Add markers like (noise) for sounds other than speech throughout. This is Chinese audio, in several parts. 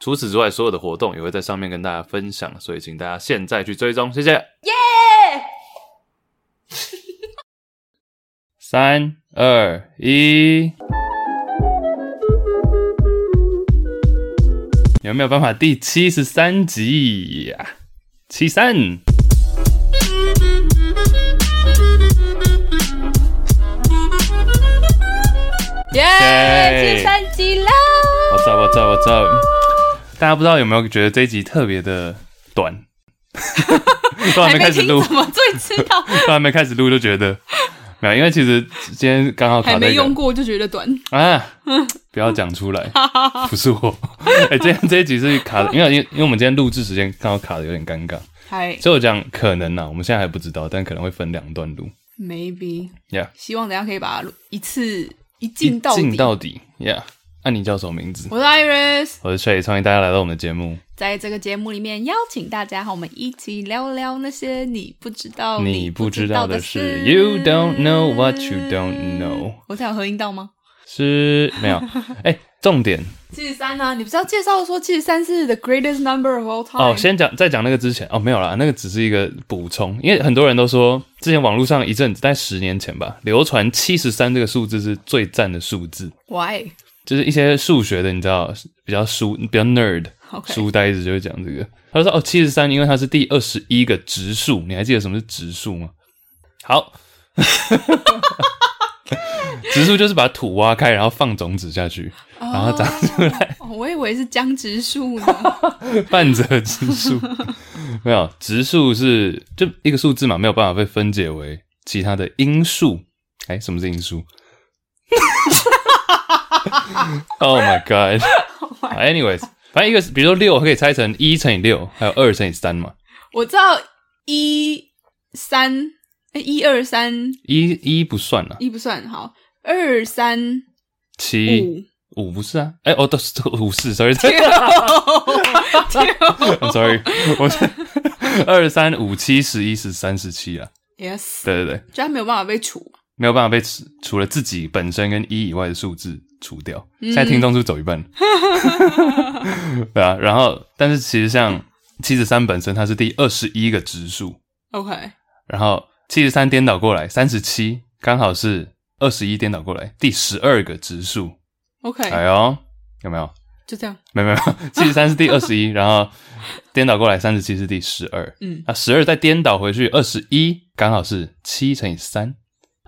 除此之外，所有的活动也会在上面跟大家分享，所以请大家现在去追踪，谢谢。三二一，有没有办法？第七十三集，七三。耶、耶第三集啦！我操！我操！我操！大家不知道有没有觉得这一集特别的短？ (laughs) 都哦还没开始录还没听，怎么最知 (laughs) 道？都还没开始录就觉得没有，因为其实今天刚好卡在还一个没用过就觉得短，啊，不要讲出 (laughs) 来，不是我。哎、这这一集是卡的，因为因为因为我们今天录制时间刚好卡的有点尴尬，还所以我讲可能啊呐、我们现在还不知道，但可能会分两段录。 maybe， Yeah，希望等一下可以把它一次一进到一进底。到底。Yeah，那、你叫什么名字？我是 Iris，我是 Trey，欢迎大家来到我们的节目。在这个节目里面邀请大家和我们一起聊聊那些你不知道、你不不知道道的事事。，You don't know what you don't know，我才有合音到吗？是没有。 (laughs) 哎、重点七十三啊呢？你不是要介绍说七十三是 the greatest number of all time？哦，先讲在讲那个之前哦，没有啦，那个只是一个补充，因为很多人都说，之前网络上一阵子，在十年前吧，流传七十三这个数字是最赞的数字， why？就是一些数学的，你知道，比较书比较 nerd OK 书呆子就会讲这个。他说哦，七十三，因为它是第二十一个植数，你还记得什么是植数吗？ (laughs) 好， (laughs) 植数就是把土挖开，然后放种子下去，然后长出来。哦我以为是江直树呢。 (laughs) 半折之数，没有植数是就一个数字嘛，没有办法被分解为其他的因数。哎、什么是因数？Oh my god！好 (laughs) Anyways，反正一个是比如说六可以拆成一乘以六，还有二乘以三嘛。我知道一三诶一二三一一不算啊了，一不算好，二三七五五不是啊？哎、哦，都是五四，sorry，I'm (laughs) sorry，我是二三五七十一十三十七啊。 ，yes，对对对，就它没有办法被除。没有办法被除除了自己本身跟一以外的数字除掉。现在听众是走一半，对啊。然后，但是其实像七十三本身，它是第二十一个植数， OK，然后七十三颠倒过来，三十七刚好是二十一颠倒过来第十二个植数。 OK，哎呦，有没有？就这样。没有 (laughs) 没有，七十三是第二十一，然 (laughs) 后颠倒过来三十七是第十二，嗯那十二再颠倒回去二十一，刚好是七乘以三。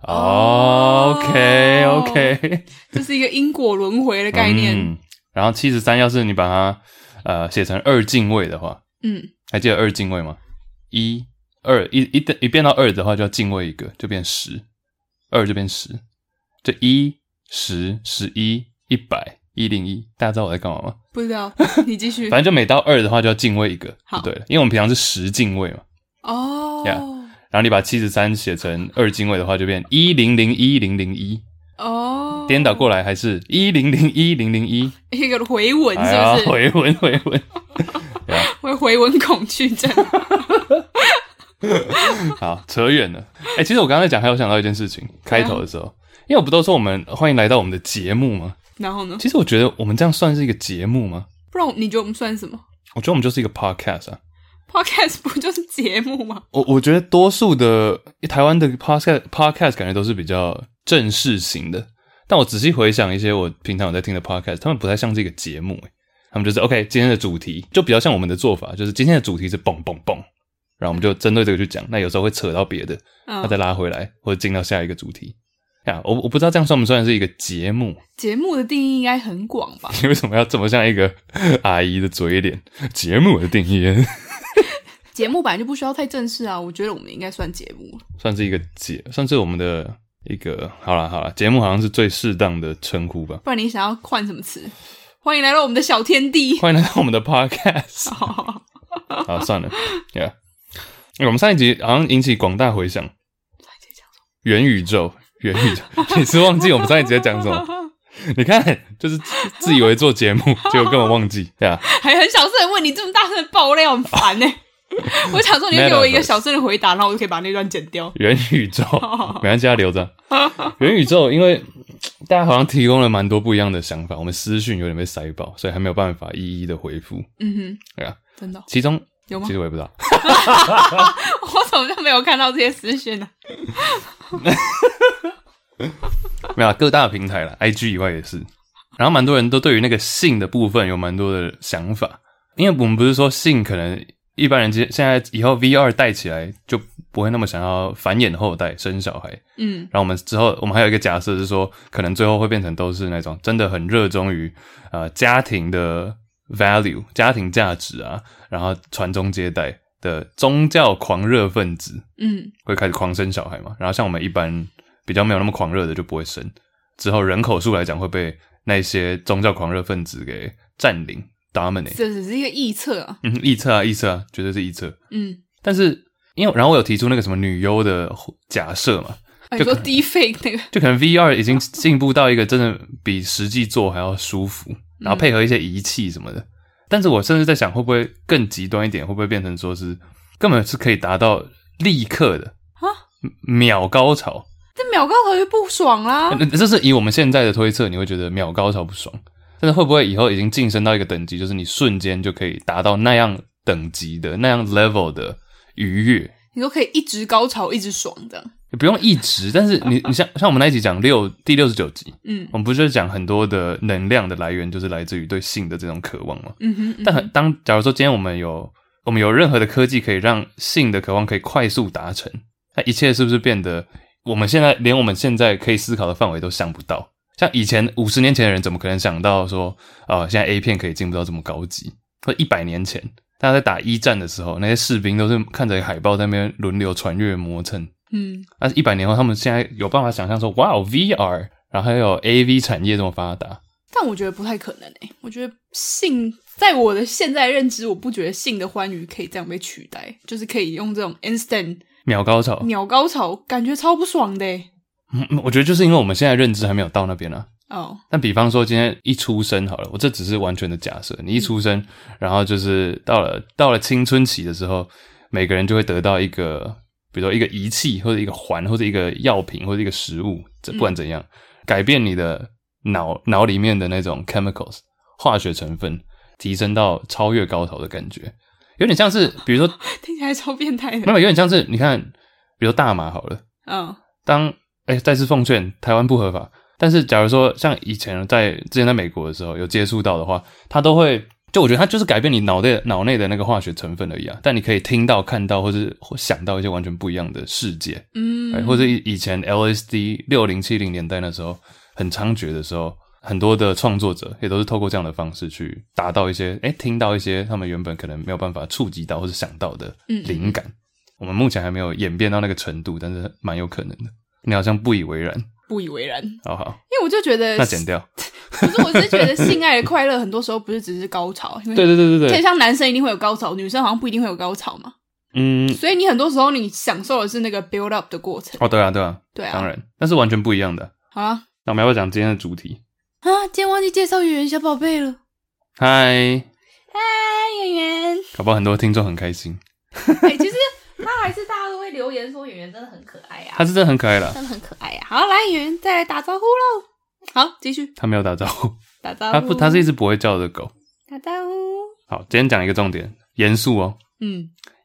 哦 OK OK，这是一个因果轮回的概念。嗯。然后七十三，要是你把它呃写成二进位的话，嗯，还记得二进位吗？一、二，一一一变到二的话，就要进位一个，就变十，二就变十，就一、十、十一、一百、一零一，大家知道我在干嘛吗？不 (laughs) 知道，你继续反。正就每到二的话就要进位一个，好就对了，因为我们平常是十进位嘛。哦 Yeah 然后你把七十三写成二进位的话，就变一零零一零零一，哦，颠倒过来还是一零零一零零一，一个回文哎呀，哦是不是？回文 (laughs) 回文。会回文恐惧症。好，扯远了。哎、其实我刚刚在讲，还有想到一件事情，啊开头的时候，因为我不都说我们欢迎来到我们的节目吗？然后呢？其实我觉得我们这样算是一个节目吗？不然你觉得我们算什么我觉得我们就是一个 podcast 啊。 ？Podcast 不就是节目吗？我我觉得多数的台湾的 podcast podcast 感觉都是比较正式型的，但我仔细回想一些我平常有在听的 podcast，他们不太像是一个节目、欸，他们就是 OK，今天的主题就比较像我们的做法，就是今天的主题是蹦蹦蹦，然后我们就针对这个去讲，那有时候会扯到别的，嗯那，再拉回来或者进到下一个主题。呀，我我不知道这样算不算是一个节目？ (laughs) 节目的定义应该很广吧？你为什么要这么像一个 (laughs) 阿姨的嘴脸？节目的定义节目本来就不需要太正式啊，我觉得我们应该算节目。算是一个节，算是我们的一个好啦好啦，节目好像是最适当的称呼吧。不然你想要换什么词？欢迎来到我们的小天地。 (laughs) 欢迎来到我们的 podcast。好好，算了，Yeah。我们上一集好像引起广大回响，元宇宙，元宇宙，你是忘记我们上一集在讲什么？你看，就是自自以为做节目，结果根本忘记，对啊，还很小声的问你这么大声的爆料，很烦呢、 (laughs) 我想说，你就给我一个小声的回答，然后我就可以把那段剪掉。元宇宙，没关系，它留着。元宇宙，因为大家好像提供了蛮多不一样的想法，我们私讯有点被塞爆，所以还没有办法一一的回复，嗯对啊。哼，真的哦，其中有吗其实我也不知道， (laughs) 我怎么就没有看到这些私讯呢、没有啊各大平台了，IG 以外也是。然后蛮多人都对于那个性的部分有蛮多的想法，因为我们不是说性可能一般人接现在以后 VR 带起来就不会那么想要繁衍后代生小孩。嗯然后我们之后我们还有一个假设是说，可能最后会变成都是那种真的很热衷于呃家庭的 value、家庭价值啊，然后传宗接代的宗教狂热分子。嗯，会开始狂生小孩嘛，然后像我们一般比较没有那么狂热的就不会生，之后人口数来讲会被那些宗教狂热分子给占领 dominate。这只是一个臆测啊。嗯，臆测啊，臆测啊，绝对是臆测。嗯，但是因为然后我有提出那个什么女优的假设嘛，啊你就说可 D fake 那个，就可能 VR 已经进步到一个真的比实际做还要舒服，然后配合一些仪器什么的。但是我甚至在想，会不会更极端一点？会不会变成说是根本是可以达到立刻的啊秒高潮？这秒高潮就不爽啦。那这是以我们现在的推测，你会觉得秒高潮不爽，但是会不会以后已经晋升到一个等级，就是你瞬间就可以达到那样等级的那样 level 的愉悦？你说可以一直高潮一直爽的，不用一直，但是你你像像我们那一集讲六第六十九集，嗯我们不是讲很多的能量的来源就是来自于对性的这种渴望吗？嗯哼，嗯但很当假如说今天我们有我们有任何的科技可以让性的渴望可以快速达成，那一切是不是变得我们现在连我们现在可以思考的范围都想不到？像以前五十年前的人怎么可能想到说，呃，现在 A 片可以进步到这么高级？或一百年前，大家在打一战的时候，那些士兵都是看着海报在那边轮流穿越磨蹭，嗯但是一百年后，他们现在有办法想象说，哇哦，VR，然后还有 AV 产业这么发达，但我觉得不太可能诶、我觉得性，在我的现在认知，我不觉得性的欢愉可以这样被取代，就是可以用这种 instant 秒高潮。鸟高潮，感觉超不爽的、欸。嗯嗯我觉得就是因为我们现在认知还没有到那边啊。哦，但比方说今天一出生好了，我这只是完全的假设，你一出生，然后就是到了到了青春期的时候，每个人就会得到一个，比如说一个仪器或者一个环或者一个药品或者一个食物，这不管怎样，改变你的脑脑里面的那种 chemicals 化学成分，提升到超越高潮的感觉，有点像是比如说听起来超变态没的。 (laughs) 有，有点像是你看，比如大麻好了，嗯当哎、再次奉劝，台湾不合法，但是假如说像以前在之前在美国的时候有接触到的话，它都会就我觉得它就是改变你脑内脑内的那个化学成分而已啊，但你可以听到、看到或是或想到一些完全不一样的世界，嗯，哎，或者以以前 LSD 六零七零年代那时候很猖獗的时候。很多的创作者也都是透过这样的方式去达到一些，哎、听到一些他们原本可能没有办法触及到或是想到的嗯灵感。我们目前还没有演变到那个程度，但是蛮有可能的。你好像不以为然，不以为然，因好好，为我就觉得那剪掉。可是我是觉得性爱的快乐很多时候不是只是嗯高潮，因为对对对对就对，像男生一定会有高潮，女生好像不一定会有高潮嘛。嗯，所以你很多时候你享受的是那个 build up 的过程。哦，对啊对啊，对啊，当然，那是完全不一样的。好啦那我们要不要讲今天的主题？啊，今天忘记介绍圆圆小宝贝了。嗨，嗨，圆 (laughs) 圆。搞不好很多听众很开心，哎、其实他还是大家都会留言说圆圆真的很可爱啊呀、他是真的很可爱啦。真的很可爱呀、啊好，来圆圆再来打招呼喽。好，继续他没有打招呼，打招呼。他不，他是一只不会叫的狗。打招呼。好，今天讲一个重点，严肃哦，嗯，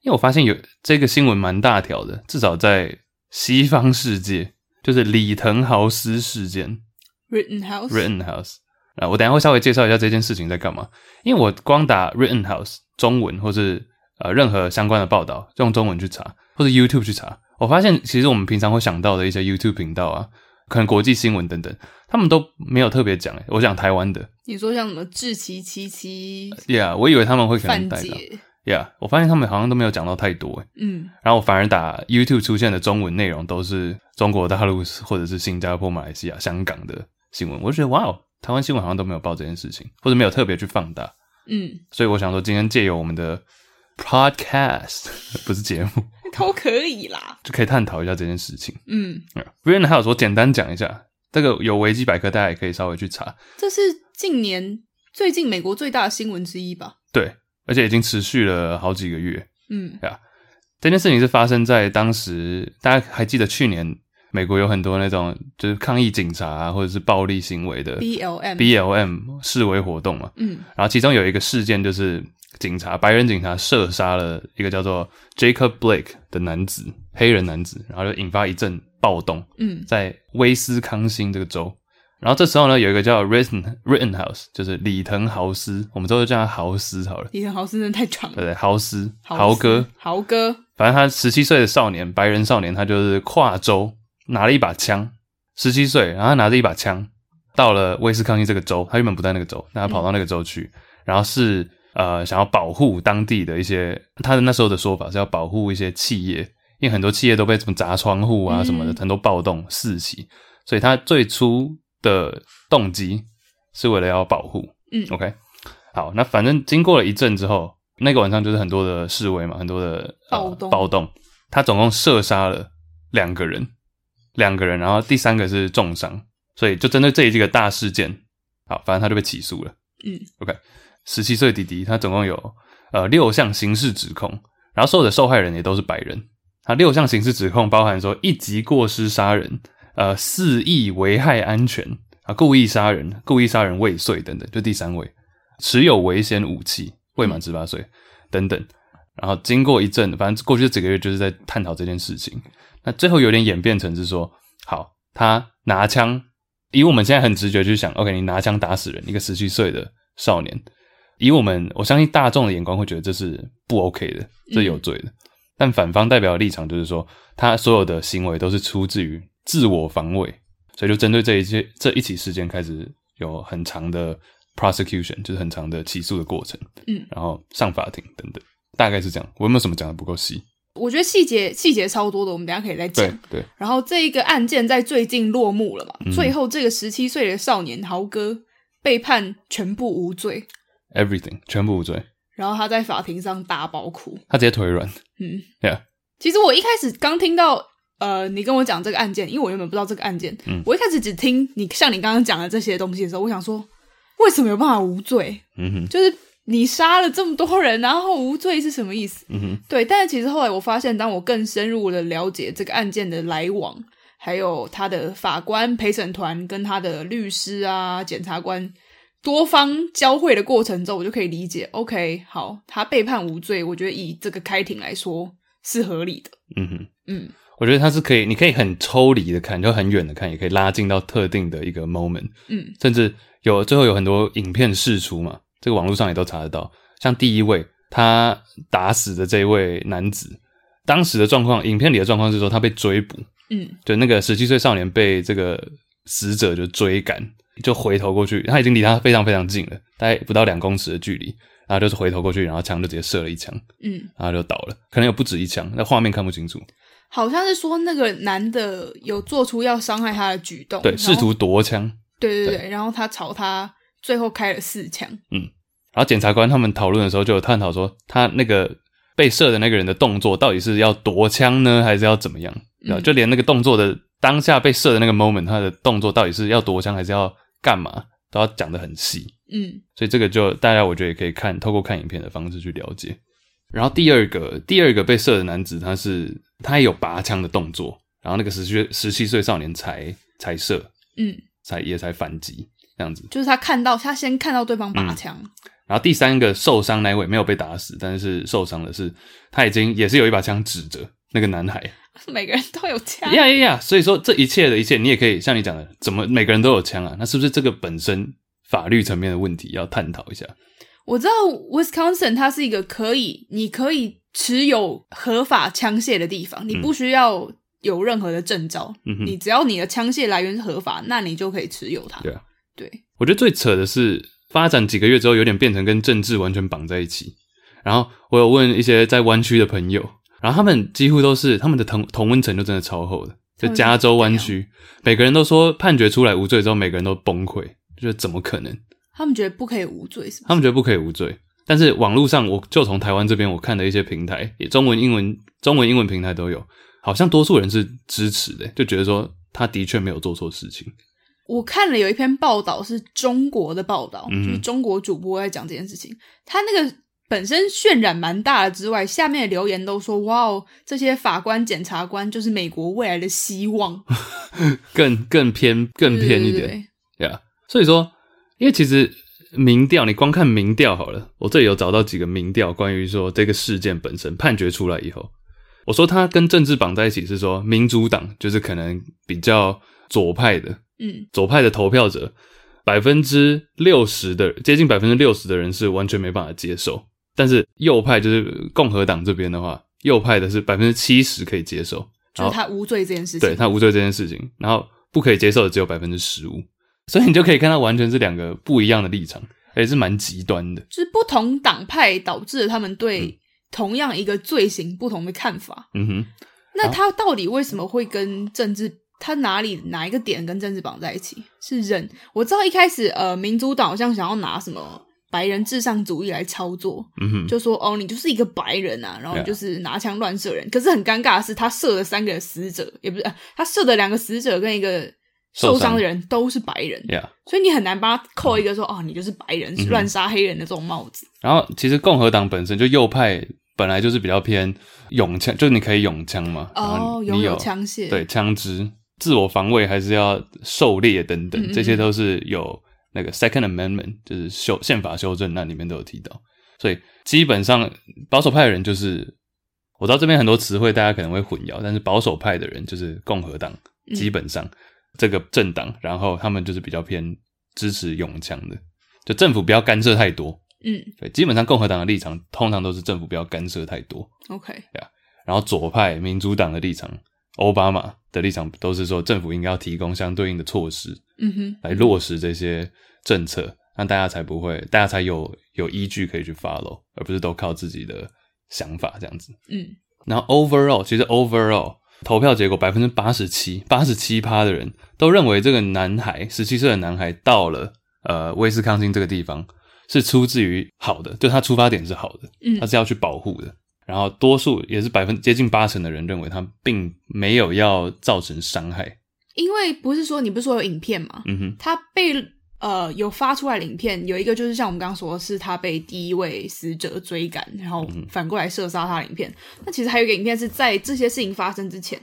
因为我发现有这个新闻蛮大条的，至少在西方世界，就是李腾豪斯事件。 Written House。 Rittenhouse 啊，我等一下会稍微介绍一下这件事情在干嘛，因为我光打 Rittenhouse 中文或是呃任何相关的报道，用中文去查，或者 YouTube 去查，我发现其实我们平常会想到的一些 YouTube 频道啊，可能国际新闻等等，他们都没有特别讲、欸。我讲台湾的你说像什么志奇、七七、 ，Yeah，我以为他们会可能范哎带到姐， ，Yeah，我发现他们好像都没有讲到太多、欸，嗯然后我反而打 YouTube 出现的中文内容都是中国大陆或者是新加坡、马来西亚、香港的新闻，我就觉得哇哦，台湾新闻好像都没有报这件事情，或者没有特别去放大，嗯，所以我想说今天借由我们的 podcast 不是节目，都可以啦。就可以探讨一下这件事情。嗯，嗯 Brian 还有说，简单讲一下，这个有维基百科，大家也可以稍微去查。这是近年最近美国最大的新闻之一吧？对，而且已经持续了好几个月。嗯这件事情是发生在当时，大家还记得去年美国有很多那种就是抗议警察、啊、或者是暴力行为的，BLM， BLM 示威活动嘛。嗯然后其中有一个事件就是警察白人警察射杀了一个叫做 Jacob Blake 的男子，黑人男子，然后就引发一阵暴动。嗯在威斯康星这个州。然后这时候呢，有一个叫 Ritten Rittenhouse，就是李腾豪斯，我们之后就叫他豪斯好了，李腾豪斯真的太长对不了，对？豪斯，豪豪斯哥，豪哥，反正他十七岁的少年，白人少年，他就是跨州拿了一把枪，十七岁，然后他拿着一把枪到了威斯康星这个州，他原本不在那个州，但他跑到那个州去，然后是呃想要保护当地的一些，他的那时候的说法是要保护一些企业，因为很多企业都被什么砸窗户啊什么的，嗯很多暴动四起，所以他最初的动机是为了要保护，嗯 OK，好，那反正经过了一阵之后，那个晚上就是很多的示威嘛，很多的、呃暴动暴动。他总共射杀了两个人，两个人，然后第三个是重伤，所以就针对这一个大事件，好，反正他就被起诉了。嗯，OK，十七岁弟弟他总共有呃六项刑事指控，然后所有的受害人也都是白人。他六项刑事指控包含说一级过失杀人、呃肆意危害安全啊、故意杀人、故意杀人未遂等等，就第三位持有危险武器未满十八岁等等。然后经过一阵，反正过去这几个月就是在探讨这件事情。那最后有点演变成是说，好，他拿枪，以我们现在很直觉去想，OK，你拿枪打死人，一个十七岁的少年，以我们我相信大众的眼光会觉得这是不 OK 的，这有罪的。但反方代表的立场就是说，他所有的行为都是出自于自我防卫，所以就针对这一些这一起事件开始有很长的 prosecution，就是很长的起诉的过程，嗯，然后上法庭等等，大概是这样。我有没有什么讲的不够细？我觉得细节细节超多的，我们等一下可以再讲对。对，然后这一个案件在最近落幕了嘛？嗯最后这个十七岁的少年豪哥被判全部无罪， everything 全部无罪，然后他在法庭上大爆哭。他直接腿软。嗯 Yeah 其实我一开始刚听到呃你跟我讲这个案件，因为我原本不知道这个案件，嗯我一开始只听你像你刚刚讲的这些东西的时候，我想说为什么有办法无罪？嗯哼，就是你杀了这么多人，然后无罪是什么意思？嗯哼，对，但是其实后来我发现，当我更深入的了解这个案件的来往，还有他的法官、陪审团跟他的律师啊、检察官多方交汇的过程中，我就可以理解，OK，好，他被判无罪，我觉得以这个开庭来说是合理的。嗯哼。嗯我觉得他是可以，你可以很抽离的看，就很远的看，也可以拉近到特定的一个 moment。嗯甚至有最后有很多影片释出嘛，这个网络上也都查得到。像第一位他打死的这一位男子，当时的状况，影片里的状况是说他被追捕，嗯就那个十七岁少年被这个死者就追赶，就回头过去，他已经离他非常非常近了，大概不到两公尺的距离，然后就是回头过去，然后枪就直接射了一枪，嗯，然后就倒了，可能有不止一枪，那画面看不清楚，好像是说那个男的有做出要伤害他的举动，对，嗯然后试图夺枪。对对对，然后他朝他最后开了四枪。然后检察官他们讨论的时候就有探讨说，他那个被射的那个人的动作到底是要夺枪呢，还是要怎么样？嗯然后就连那个动作的当下被射的那个 moment，他的动作到底是要夺枪还是要干嘛，都要讲得很细。嗯所以这个就大家我觉得也可以看透过看影片的方式去了解。然后第二个第二个被射的男子，他是他也有拔枪的动作，然后那个十七十七岁少年才才射，嗯，才也才反击这样子。就是他看到他先看到对方拔枪。嗯然后第三个受伤那一位没有被打死，但是受伤的是他已经也是有一把枪指着那个男孩， (laughs) 每个人都有枪。呀呀呀！所以说这一切的一切，你也可以像你讲的，怎么每个人都有枪啊？那是不是这个本身法律层面的问题要探讨一下？我知道 Wisconsin 它是一个可以，你可以持有合法枪械的地方，你不需要有任何的证照，嗯哼你只要你的枪械来源是合法，那你就可以持有它。对啊对我觉得最扯的是，发展几个月之后，有点变成跟政治完全绑在一起。然后我有问一些在湾区的朋友，然后他们几乎都是他们的同同温层就真的超厚的，啊就加州湾区，每个人都说判决出来无罪之后，每个人都崩溃，就是怎么可能？他们觉得不可以无罪，是吗？他们觉得不可以无罪，但是网络上我就从台湾这边我看的一些平台，也中文、英文、中文、英文平台都有，好像多数人是支持的，就觉得说他的确没有做错事情。我看了有一篇报道是中国的报道，嗯就是中国主播在讲这件事情。他那个本身渲染蛮大的之外，下面的留言都说：“哇哦，这些法官、检察官就是美国未来的希望。更更偏”更偏一对对点，对对啊，所以说，因为其实民调，你光看民调好了，我这里有找到几个民调，关于说这个事件本身判决出来以后，我说它跟政治绑在一起是说，民主党就是可能比较左派的嗯，左派的投票者，百分之六十的接近百分之六十的人是完全没办法接受，但是右派就是共和党这边的话，右派的是百分之七十可以接受，就是他无罪这件事情。对他无罪这件事情，然后不可以接受的只有百分之十五，所以你就可以看到完全是两个不一样的立场，而且是蛮极端的。就是不同党派导致了他们对同样一个罪行不同的看法。嗯哼，那他到底为什么会跟政治？他哪里哪一个点跟政治绑在一起？是人？我知道一开始呃，民主党好像想要拿什么白人至上主义来操作，嗯哼，就说哦，你就是一个白人啊，然后 Yeah. 你就是拿枪乱射人。可是很尴尬的是，他射了三个死者，也不是呃他射的两个死者跟一个受受伤伤的人都是白人，呀、yeah.。所以你很难帮他扣一个说、哦，你就是白人嗯哼乱杀黑人的这种帽子。然后其实共和党本身就右派本来就是比较偏拥枪，就是你可以拥枪嘛，然后哦，你拥你有枪械，对，枪支、自我防卫还是要狩猎等等嗯嗯，嗯这些都是有那个 Second Amendment，就是修宪法修正那里面都有提到。所以基本上保守派的人就是，我知道这边很多词汇大家可能会混淆，但是保守派的人就是共和党，嗯基本上这个政党，然后他们就是比较偏支持拥枪的，就政府不要干涉太多。嗯对，基本上共和党的立场通常都是政府不要干涉太多。 ，OK，然后左派民主党的立场、奥巴马的立场都是说，政府应该要提供相对应的措施嗯哼，来落实这些政策，那大家才不会，大家才有有依据可以去 follow，而不是都靠自己的想法这样子。嗯然后 overall，其实 overall 投票结果百分之八十七，八十七趴的人都认为这个男孩，十七岁的男孩到了呃威斯康星这个地方是出自于好的，就他出发点是好的，嗯他是要去保护的。然后多数也是百分接近八成的人认为他并没有要造成伤害。因为不是说你不是说有影片吗？嗯哼，他被呃有发出来的影片，有一个就是像我们刚刚说的是他被第一位死者追赶，然后嗯反过来射杀他的影片。那其实还有一个影片是在这些事情发生之前，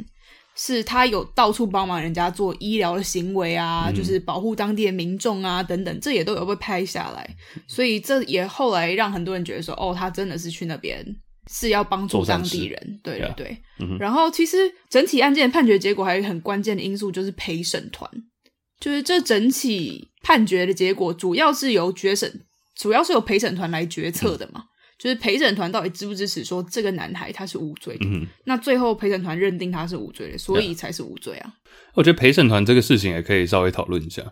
是他有到处帮忙人家做医疗的行为啊，嗯就是保护当地的民众啊等等，这也都有被拍下来。所以这也后来让很多人觉得说，哦，他真的是去那边。是要帮助做善当地事人，对 Yeah 对对。嗯哼然后其实整体案件的判决结果还有一个很关键的因素就是陪审团，就是这整起判决的结果，主要是由决审，主要是由陪审团来决策的嘛。就是陪审团到底支不支持说这个男孩他是无罪的？嗯哼，那最后陪审团认定他是无罪的，所以才是无罪啊。我觉得陪审团这个事情也可以稍微讨论一下，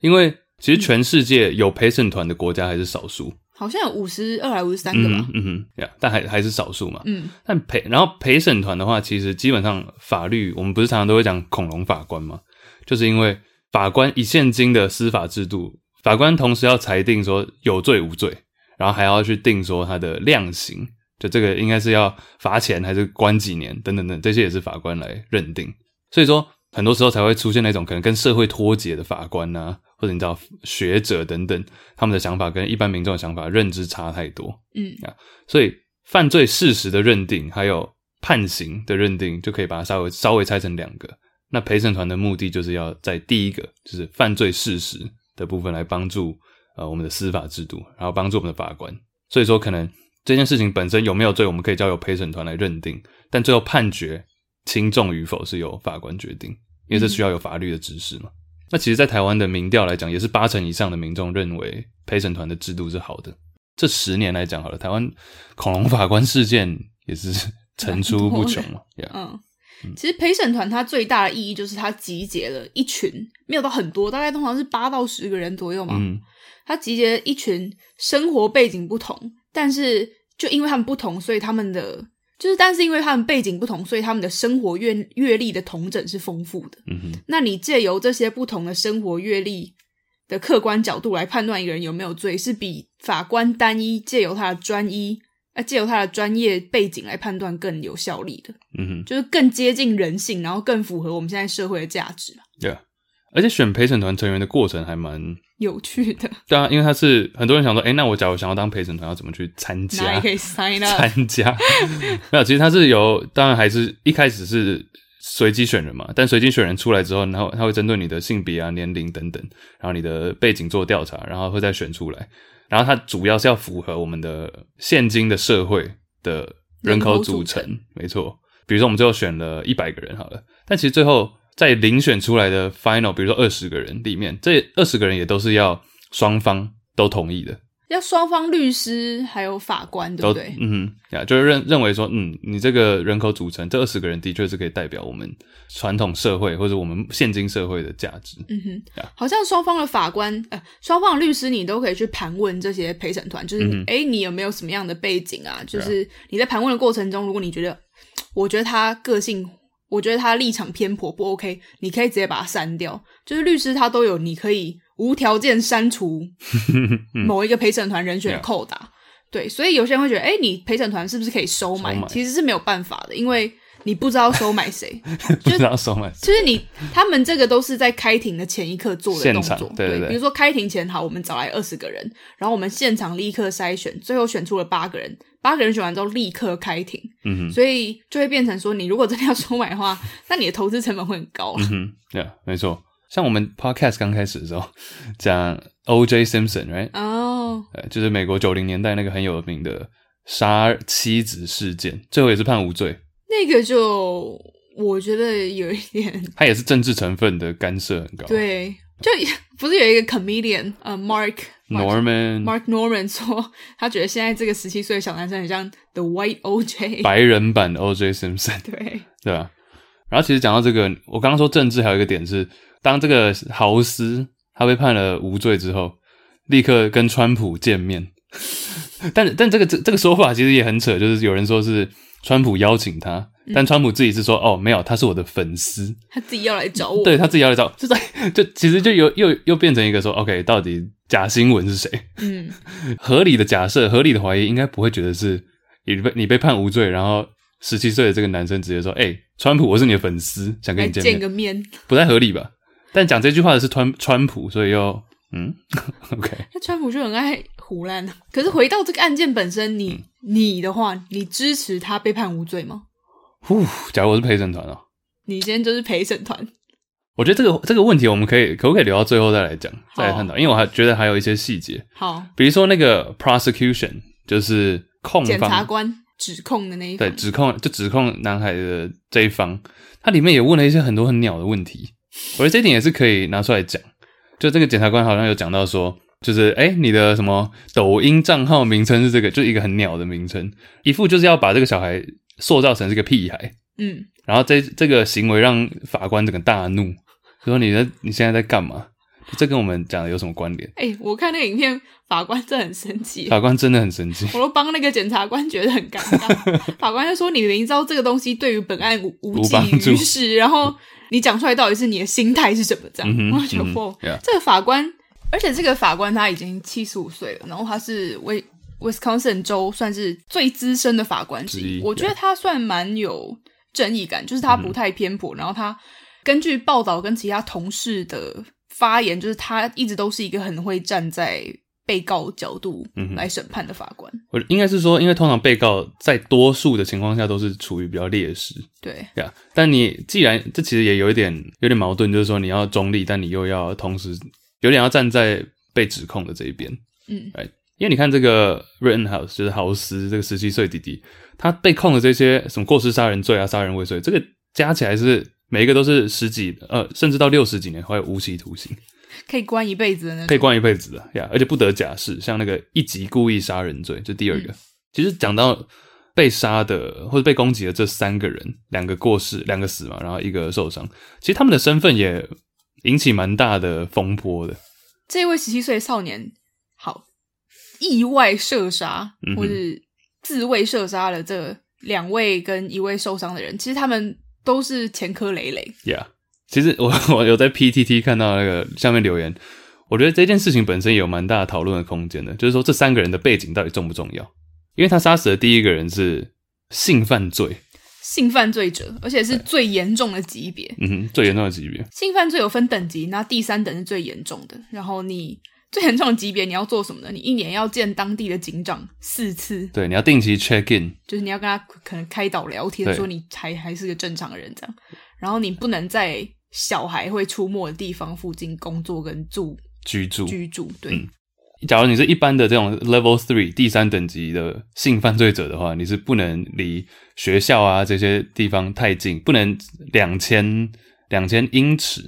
因为其实全世界有陪审团的国家还是少数。好像有五十二还五十三个嗯吧哼，？嗯哼，呀但还还是少数嘛。嗯但陪然后陪审团的话，其实基本上法律我们不是常常都会讲恐龙法官吗？就是因为法官以现今的司法制度，法官同时要裁定说有罪无罪，然后还要去定说他的量刑，就这个应该是要罚钱还是关几年等等等，这些也是法官来认定。所以说，很多时候才会出现那种可能跟社会脱节的法官呐、啊或者你知道学者等等，他们的想法跟一般民众的想法认知差太多。嗯所以犯罪事实的认定还有判刑的认定，就可以把它稍微稍微拆成两个。那陪审团的目的就是要在第一个就是犯罪事实的部分来帮助呃我们的司法制度，然后帮助我们的法官。所以说，可能这件事情本身有没有罪，我们可以交由陪审团来认定，但最后判决轻重与否是由法官决定，因为这需要有法律的知识嘛。那其实，在台湾的民调来讲，也是八成以上的民众认为陪审团的制度是好的。这十年来讲好了，台湾恐龙法官事件也是层出不穷嘛。Yeah. 嗯。其实陪审团它最大的意义就是它集结了一群，没有到很多，大概通常是八到十个人左右嘛。嗯他集结一群生活背景不同，但是就因为他们不同，所以他们的就是，但是因为他们背景不同，所以他们的生活阅阅历的同整是丰富的。嗯哼那你借由这些不同的生活阅历的客观角度来判断一个人有没有罪，是比法官单一借由他的专一，啊，借由他的专业背景来判断更有效力的，嗯哼就是更接近人性，然后更符合我们现在社会的价值啊嘛， ，Yeah。而且选陪审团成员的过程还蛮有趣的，对啊，因为他是很多人想说，哎、那我假如想要当陪审团，要怎么去参哪里加可？以 (laughs) sign up？参加没有，其实他是由，当然还是一开始是随机选人嘛，但随机选人出来之后，然后他会针对你的性别啊、年龄等等，然后你的背景做调查，然后会再选出来。然后它主要是要符合我们的现今的社会的人口组成，人口没错。比如说我们最后选了一百个人好了，但其实最后在遴选出来的 final，比如说二十个人里面，这二十个人也都是要双方都同意的，要双方律师还有法官，对都不对？嗯哼呀，就是认认为说，嗯，你这个人口组成这二十个人的确是可以代表我们传统社会或者我们现今社会的价值，嗯哼 Yeah.，好像双方的法官，呃，双方的律师，你都可以去盘问这些陪审团，就是，哎、嗯哼你有没有什么样的背景啊？就是你在盘问的过程中，如果你觉得，我觉得他个性，我觉得他立场偏颇不 OK，你可以直接把他删掉。就是律师他都有，你可以无条件 (laughs) 删除嗯某一个陪审团人选的 Yeah. 扣打。对，所以有些人会觉得，哎、你陪审团是不是可以收买？收买其实是没有办法的，因为你不知道收买谁。不知道收买谁。 (laughs) 就是你，他们这个都是在开庭的前一刻做的动现作场，对对对比如说开庭前，好，我们找来二十个人，然后我们现场立刻筛选，最后选出了八个人，八个人选完之后立刻开庭，嗯哼，所以就会变成说，你如果真的要收买的 (laughs) 话，那你的投资成本会很高啊。嗯哼，对、没错。像我们 podcast 刚开始的时候讲 O.J. Simpson，right？、哦，呃，就是美国九零年代那个很有名的杀妻子事件，最后也是判无罪，那个就我觉得有一点他也是政治成分的干涉很高。对，就不是有一个 comedian 呃 Mark Mark ，Norman Mark Norman 说，他觉得现在这个十七岁的小男生很像 The White OJ，白人版的 O.J. Simpson， (laughs) 对。对吧？然后其实讲到这个，我刚刚说政治还有一个点是，当这个豪斯他被判了无罪之后，立刻跟川普见面。 (laughs) 但但这个这这个说法其实也很扯，就是有人说是川普邀请他，但川普自己是说哦没有，他是我的粉丝，他自己要来找我。对他自己要来找，就在就其实就有又又变成一个说 OK，到底假新闻是谁？嗯，合理的假设、合理的怀疑，应该不会觉得是你被你被判无罪，然后十七岁的这个男生直接说：“哎、川普，我是你的粉丝，想跟来你见见面。个面。不太合理吧？但讲这句话的是川川普，所以又嗯 (laughs) ，OK，那川普就很爱胡乱。可是回到这个案件本身，嗯你你的话，你支持他被判无罪吗？呼，假如我是陪审团哦，你今天就是陪审团，我觉得这个这个问题我们可以可不可以留到最后再来讲，再来探讨，因为我还觉得还有一些细节，好，比如说那个 prosecution 就是控检察嗯方官指控的那一对方，指控就指控男孩的这一方，他里面也问了一些很多很鸟的问题，我觉得这一点也是可以拿出来讲。就这个检察官好像有讲到说，就是哎、诶你的什么抖音账号名称是这个，就一个很鸟的名称，一副就是要把这个小孩塑造成是个屁孩，嗯，然后这这个行为让法官整个大怒，就说你在你现在在干嘛？这跟我们讲的有什么关联？哎、我看那个影片，法官真的很生气。法官真的很生气，我都帮那个检察官觉得很尴 (laughs) 尬，法官就说：“你明知道这个东西对于本案无无无济帮助嗯于事，然后你讲出来到底是你的心态是什么？”这样，嗯哼我就觉得嗯哼哇 yeah 这个法官，而且这个法官他已经七十五岁了，然后他是威 Wisconsin 州算是最资深的法官之之一，一我觉得他算蛮有正义感，就是他不太偏颇，然后他根据报道跟其他同事的发言，就是他一直都是一个很会站在被告角度嗯哼来审判的法官，我应该是说，因为通常被告在多数的情况下都是处于比较劣势，对。对啊，但你既然这其实也有一点有点矛盾，就是说你要中立，但你又要同时有点要站在被指控的这一边，嗯，right？因为你看这个 Rittenhouse 就是豪斯这个十七岁弟弟，他被控的这些什么过失杀人罪啊、杀人未遂，这个加起来是每一个都是十几呃，甚至到六十几年，还有无期徒刑，可以关一辈子的那可种。以关一辈子的呀而且不得假释，像那个一级故意杀人罪，这第二个。其实讲到被杀的或者被攻击的这三个人，两个过世，两个死嘛，然后一个受伤，其实他们的身份也引起蛮大的风波的。这位十七岁少年，好，意外射杀、嗯哼或是自卫射杀了这两位跟一位受伤的人，其实他们都是前科累累。 (laughs) Yeah，其实我我有在 PTT 看到那个下面留言，我觉得这件事情本身也有蛮大讨论的空间的，就是说这三个人的背景到底重不重要？因为他杀死的第一个人是性犯罪，性犯罪者，而且是最严重的级别。嗯哼，最严重的级别。性犯罪有分等级，那第三等是最严重的。然后你 (laughs) 最严重的级别你要做什么呢？你一年要见当地的警长四次，对，你要定期 check in，就是你要跟他可能开导聊天对，说你还还是个正常人这样。然后你不能在小孩会出没的地方附近工作跟住居住。居住。对，嗯假如你是一般的这种 level three 第三等级的性犯罪者的话，你是不能离学校啊这些地方太近，不能两千两千英尺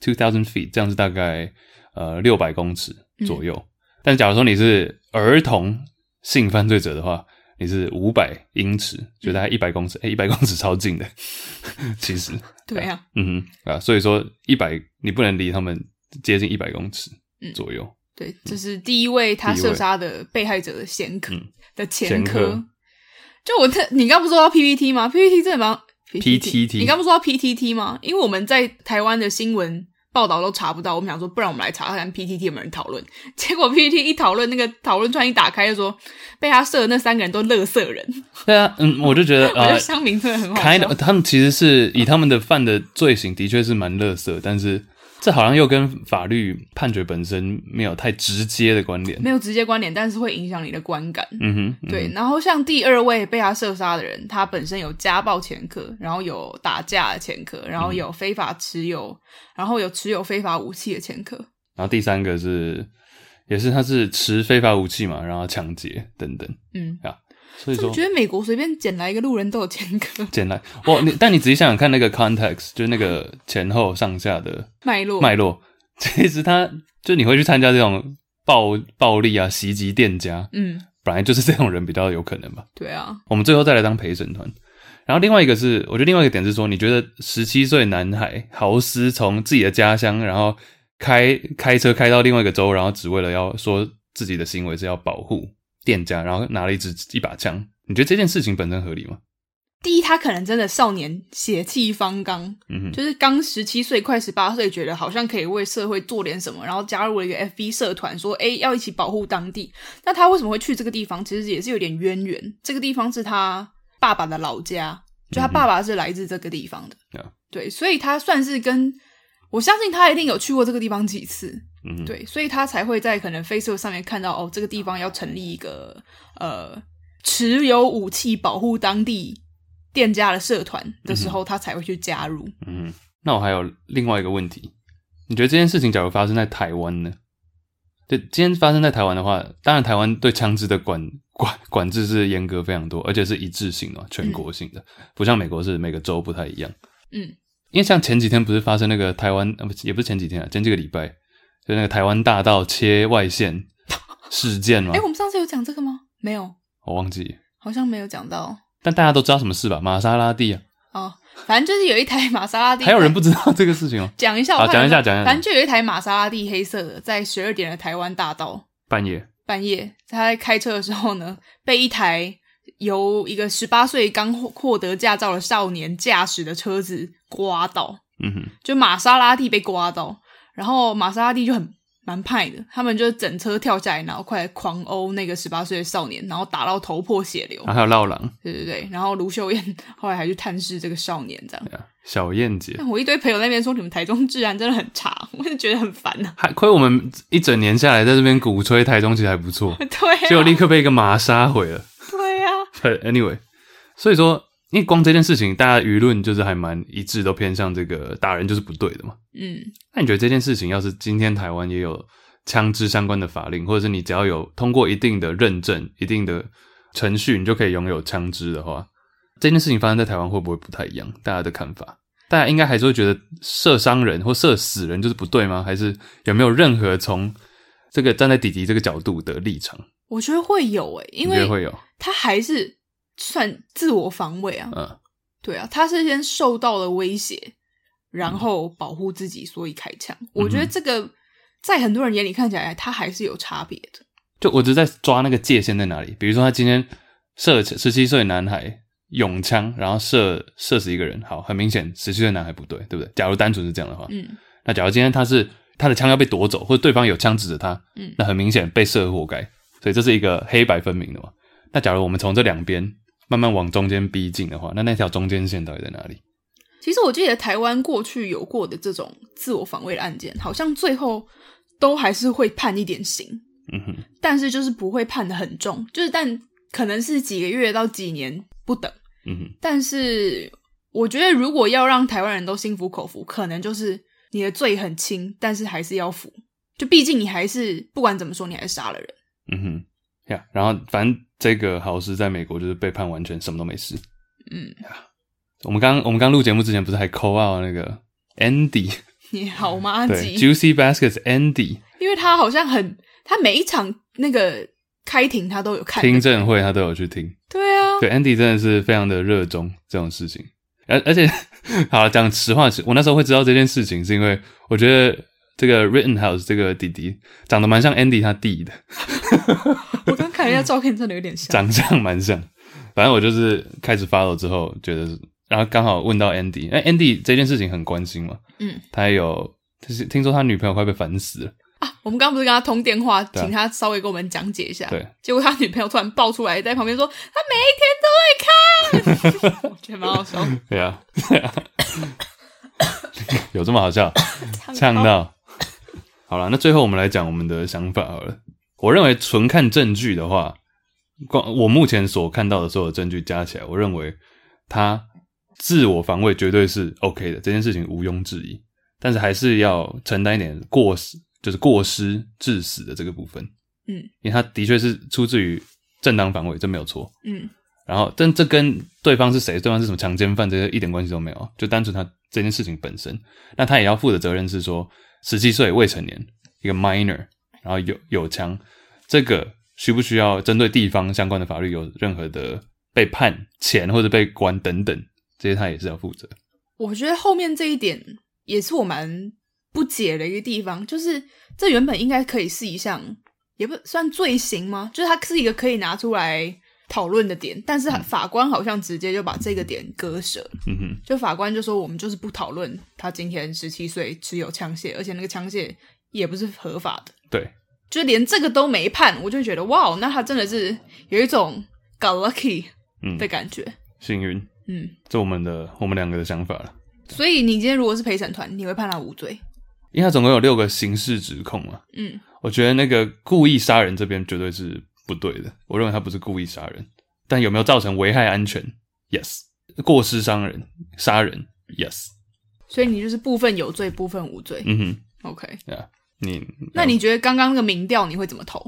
two thousand feet，这样是大概呃六百公尺左右。但假如说你是儿童性犯罪者的话，你是五百英尺，就大概一百公尺，哎、一百公尺超近的，其实。对啊，嗯哼啊，所以说一百你不能离他们接近一百公尺嗯左右。对，这是第一位他第一位射杀的被害者的前科嗯的前前科科。就我特，你刚不是说到 PPT 吗？PPT 真的蛮 PTT 你刚不是说到 PTT 吗？因为我们在台湾的新闻报道都查不到，我们想说，不然我们来查看 PTT 有没有人讨论。 (laughs) 结果 PTT 一讨论，那个讨论串一打开就说，被他射的那三个人都乐色人，对啊，嗯，我就觉得哦 (laughs) 我觉呃得乡民真的很好笑。 ，kind of，他们其实是以他们的犯的罪行的确是蛮乐色，但是这好像又跟法律判决本身没有太直接的关联。没有直接关联，但是会影响你的观感。嗯哼，嗯对，然后像第二位被他射杀的人，他本身有家暴前科，然后有打架的前科，然后嗯有非法持有，然后有持有非法武器的前科。然后第三个是，也是他是持非法武器嘛，然后强劫等等，嗯，所以怎说么觉得美国随便捡来一个路人都有前科 (laughs) 简单。哇，你但你仔细想想看那个 context，就是那个前后上下的脉络？脉络， (laughs) 其实他就你会去参加这种暴暴力啊、袭击店家，嗯，本来就是这种人比较有可能吧。对啊，我们最后再来当陪审团。然后另外一个是，我觉得另外一个点是说，你觉得十七岁男孩豪斯从自己的家乡，然后开开车开到另外一个州，然后只为了要说自己的行为是要保护店家，然后拿了一支一把枪，你觉得这件事情本身合理吗？第一，他可能真的少年血气方刚，嗯哼，就是刚十七岁、快十八岁，觉得好像可以为社会做点什么，然后加入了一个 FB 社团，说哎要一起保护当地。那他为什么会去这个地方？其实也是有点渊源。这个地方是他爸爸的老家，就他爸爸是来自这个地方的。 Yeah 对，所以他算是跟我相信他一定有去过这个地方几次。嗯哼，对，所以他才会在可能 Facebook 上面看到哦，这个地方要成立一个呃持有武器保护当地店家的社团的时候，他才会去加入。嗯哼。那我还有另外一个问题，你觉得这件事情假如发生在台湾呢？就今天发生在台湾的话，当然台湾对枪支的管管管制是严格非常多，而且是一致性的、全国性的，不像美国是每个州不太一样。嗯，因为像前几天不是发生那个台湾，呃，不是也不是前几天啊，前几个礼拜，就那个台湾大道切外线事件嘛 (laughs) 哎、，我们上次有讲这个吗？没有，我忘记。好像没有讲到但大家都知道什么事吧？玛莎拉蒂啊，哦。反正就是有一台玛莎拉蒂， (laughs) 还有人不知道这个事情哦。讲一下，好我看有没有讲一下讲一下反正就有一台玛莎拉蒂黑色的，在十二点的台湾大道半夜，半夜，他在开车的时候呢，被一台由一个十八岁刚获获得驾照的少年驾驶的车子刮到，嗯哼，就玛莎拉蒂被刮到，然后玛莎拉蒂就很蛮派的，他们就整车跳下来，然后快来狂殴那个十八岁的少年，然后打到头破血流。然后还有绕狼、对对对，然后卢秀燕 (laughs) 后来还去探视这个少年，这样。对啊小燕姐，但我一堆朋友在那边说你们台中治安真的很差，我就觉得很烦啊呐、还亏我们一整年下来在这边鼓吹台中其实还不错， (laughs) 对、啊，结果立刻被一个玛莎毁了。对啊，对，anyway，所以说，因为光这件事情，大家舆论就是还蛮一致，都偏向这个打人就是不对的嘛。嗯，那你觉得这件事情，要是今天台湾也有枪支相关的法令，或者是你只要有通过一定的认证、一定的程序，你就可以拥有枪支的话，这件事情发生在台湾会不会不太一样？大家的看法，大家应该还是会觉得射伤人或射死人就是不对吗？还是有没有任何从这个站在弟弟这个角度的立场？我觉得会有诶、因你觉得会为有？他还是算自我防卫啊，嗯对啊，他是先受到了威胁，嗯然后保护自己，所以开枪。我觉得这个在很多人眼里看起来，他还是有差别的。就我只是在抓那个界限在哪里。比如说，他今天射十七岁男孩用枪，然后射射死一个人，好，很明显十七岁男孩不对，对不对？假如单纯是这样的话，嗯那假如今天他是他的枪要被夺走，或者对方有枪指着他，嗯那很明显被射活该，所以这是一个黑白分明的嘛。那假如我们从这两边慢慢往中间逼近的话，那那条中间线到底在哪里？其实我记得台湾过去有过的这种自我防卫的案件，好像最后都还是会判一点刑，嗯哼，但是就是不会判的很重，就是但可能是几个月到几年不等。嗯哼，但是我觉得，如果要让台湾人都心服口服，可能就是你的罪很轻，但是还是要服。就毕竟你还是不管怎么说，你还是杀了人。嗯哼，呀、然后反正这个豪斯在美国就是被判完全什么都没事。嗯，我们刚我们刚录节目之前不是还 call out 那个 Andy，你好吗？对吉， ，Juicy Baskets Andy 因为他好像很，他每一场那个开庭他都有看的。听证会他都有去听。对啊，对，Andy 真的是非常的热衷这种事情，而而且好了，讲实话，我那时候会知道这件事情，是因为我觉得这个 Rittenhouse 这个弟弟长得蛮像 Andy 他弟的，我刚看了一下照片，真的有点像。长相蛮像。反正我就是开始 follow 之后，觉得，然后刚好问到 Andy，哎，Andy 这件事情很关心嘛，嗯，他有，就是听说他女朋友快被烦死了，我们刚刚不是跟他通电话，啊请他稍微给我们讲解一下。对，结果他女朋友突然爆出来，在旁边说他每一天都 (laughs) 会看，我觉得蛮好笑。对啊， (laughs) 有这么好笑？呛呛到。 (laughs) 好了，那最后我们来讲我们的想法好了。我认为纯看证据的话，光我目前所看到的所有证据加起来，我认为他自我防卫绝对是 OK 的，这件事情毋庸置疑。但是还是要承担一点过失，就是过失致死的这个部分。嗯，因为他的确是出自于正当防卫，这没有错。嗯，然后，但这跟对方是谁，对方是什么强奸犯，这些一点关系都没有啊，就单纯他这件事情本身，那他也要负的责任是说，十七岁未成年，一个 minor，然后有有枪，这个需不需要针对地方相关的法律有任何的被判钱或者被关等等，这些他也是要负责。我觉得后面这一点也是我蛮不解的一个地方，就是这原本应该可以是一项，也不算罪行吗？就是它是一个可以拿出来讨论的点，但是法官好像直接就把这个点割舍了嗯哼，就法官就说我们就是不讨论他今天十七岁持有枪械，而且那个枪械也不是合法的，对，就连这个都没判，我就觉得哇，哦那他真的是有一种 got lucky 嗯的感觉，幸运，嗯。这我们的我们两个的想法了，所以你今天如果是陪审团，你会判他无罪。因为他总共有六个刑事指控嘛，嗯，我觉得那个故意杀人这边绝对是不对的，我认为他不是故意杀人，但有没有造成危害安全？Yes，过失伤人、杀人？Yes，所以你就是部分有罪，部分无罪。嗯哼， OK，你那你觉得刚刚那个民调你会怎么投？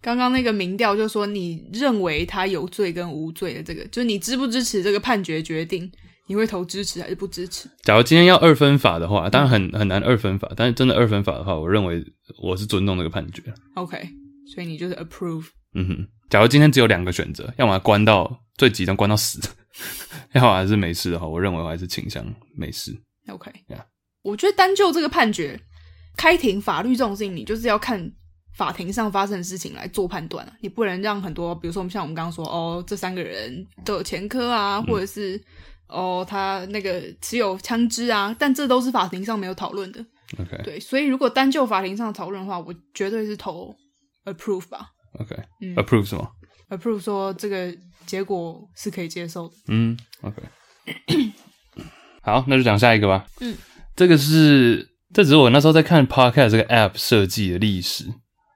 刚刚那个民调就说你认为他有罪跟无罪的这个，就是你支不支持这个判决决定？你会投支持还是不支持？假如今天要二分法的话，当然嗯很很难二分法，但是真的二分法的话，我认为我是尊重这个判决。 OK，所以你就是 approve。嗯哼，假如今天只有两个选择，要么关到最极端关到死， (laughs) 要么还是没事的话，我认为我还是倾向没事。 OK，、 Yeah 我觉得单就这个判决，开庭法律这种事情，你就是要看法庭上发生的事情来做判断啊，你不能让很多，比如说我们像我们刚刚说，哦，这三个人都有前科啊，或者是、哦他那个持有枪支啊，但这都是法庭上没有讨论的。 OK 对，所以如果单就法庭上讨论的话，我绝对是投 approve 吧 OK 嗯 approve 什么？ ，approve 说这个结果是可以接受的。嗯，OK。好，那就讲下一个吧。嗯，这个是这只是我那时候在看 Podcast 这个 App 设计的历史。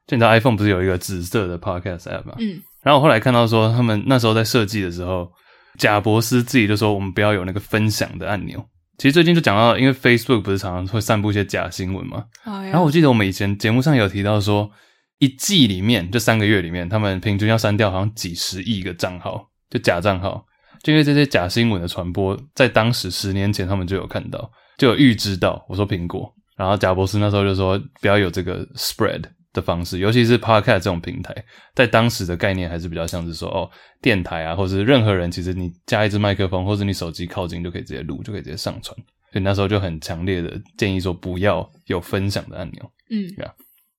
就你知道 iPhone 不是有一个紫色的 Podcast App 吗？嗯然后我后来看到说，他们那时候在设计的时候，贾博斯自己就说我们不要有那个分享的按钮。其实最近就讲到，因为 Facebook 不是常常会散布一些假新闻嘛，哎呀然后我记得我们以前节目上有提到说，一季里面这三个月里面，他们平均要删掉好像几十亿个账号，就假账号，就因为这些假新闻的传播，在当时十年前他们就有看到，就有预知到。我说苹果，然后贾博士那时候就说不要有这个 spread 的方式，尤其是 podcast 这种平台，在当时的概念还是比较像是说哦，电台啊，或是任何人，其实你加一支麦克风，或是你手机靠近就可以直接录，就可以直接上传。所以那时候就很强烈的建议说不要有分享的按钮。啊嗯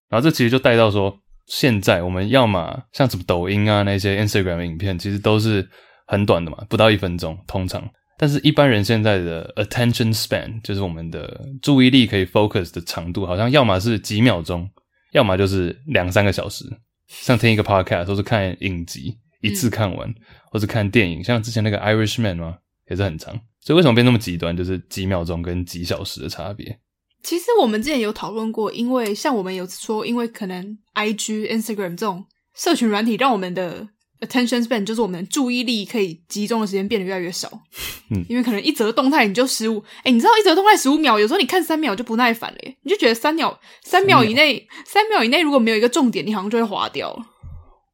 然后这其实就带到说，现在我们要么像什么抖音啊那些 Instagram 的影片，其实都是很短的嘛，不到一分钟，通常但是，一般人现在的 attention span 就是我们的注意力可以 focus 的长度，好像要么是几秒钟，要么就是两三个小时。像听一个 podcast，或是看影集，一次看完，或是看电影，像之前那个 Irishman 嘛，也是很长。所以为什么变那么极端，就是几秒钟跟几小时的差别。其实我们之前有讨论过，因为像我们有说，因为可能 I G、Instagram 这种社群软体，让我们的 attention span 就是我们的注意力可以集中的时间变得越来越少。嗯因为可能一则动态你就十五，哎，你知道一则动态十五秒，有时候你看三秒就不耐烦了耶，你就觉得三秒三秒以内三秒以内如果没有一个重点，你好像就会划掉了。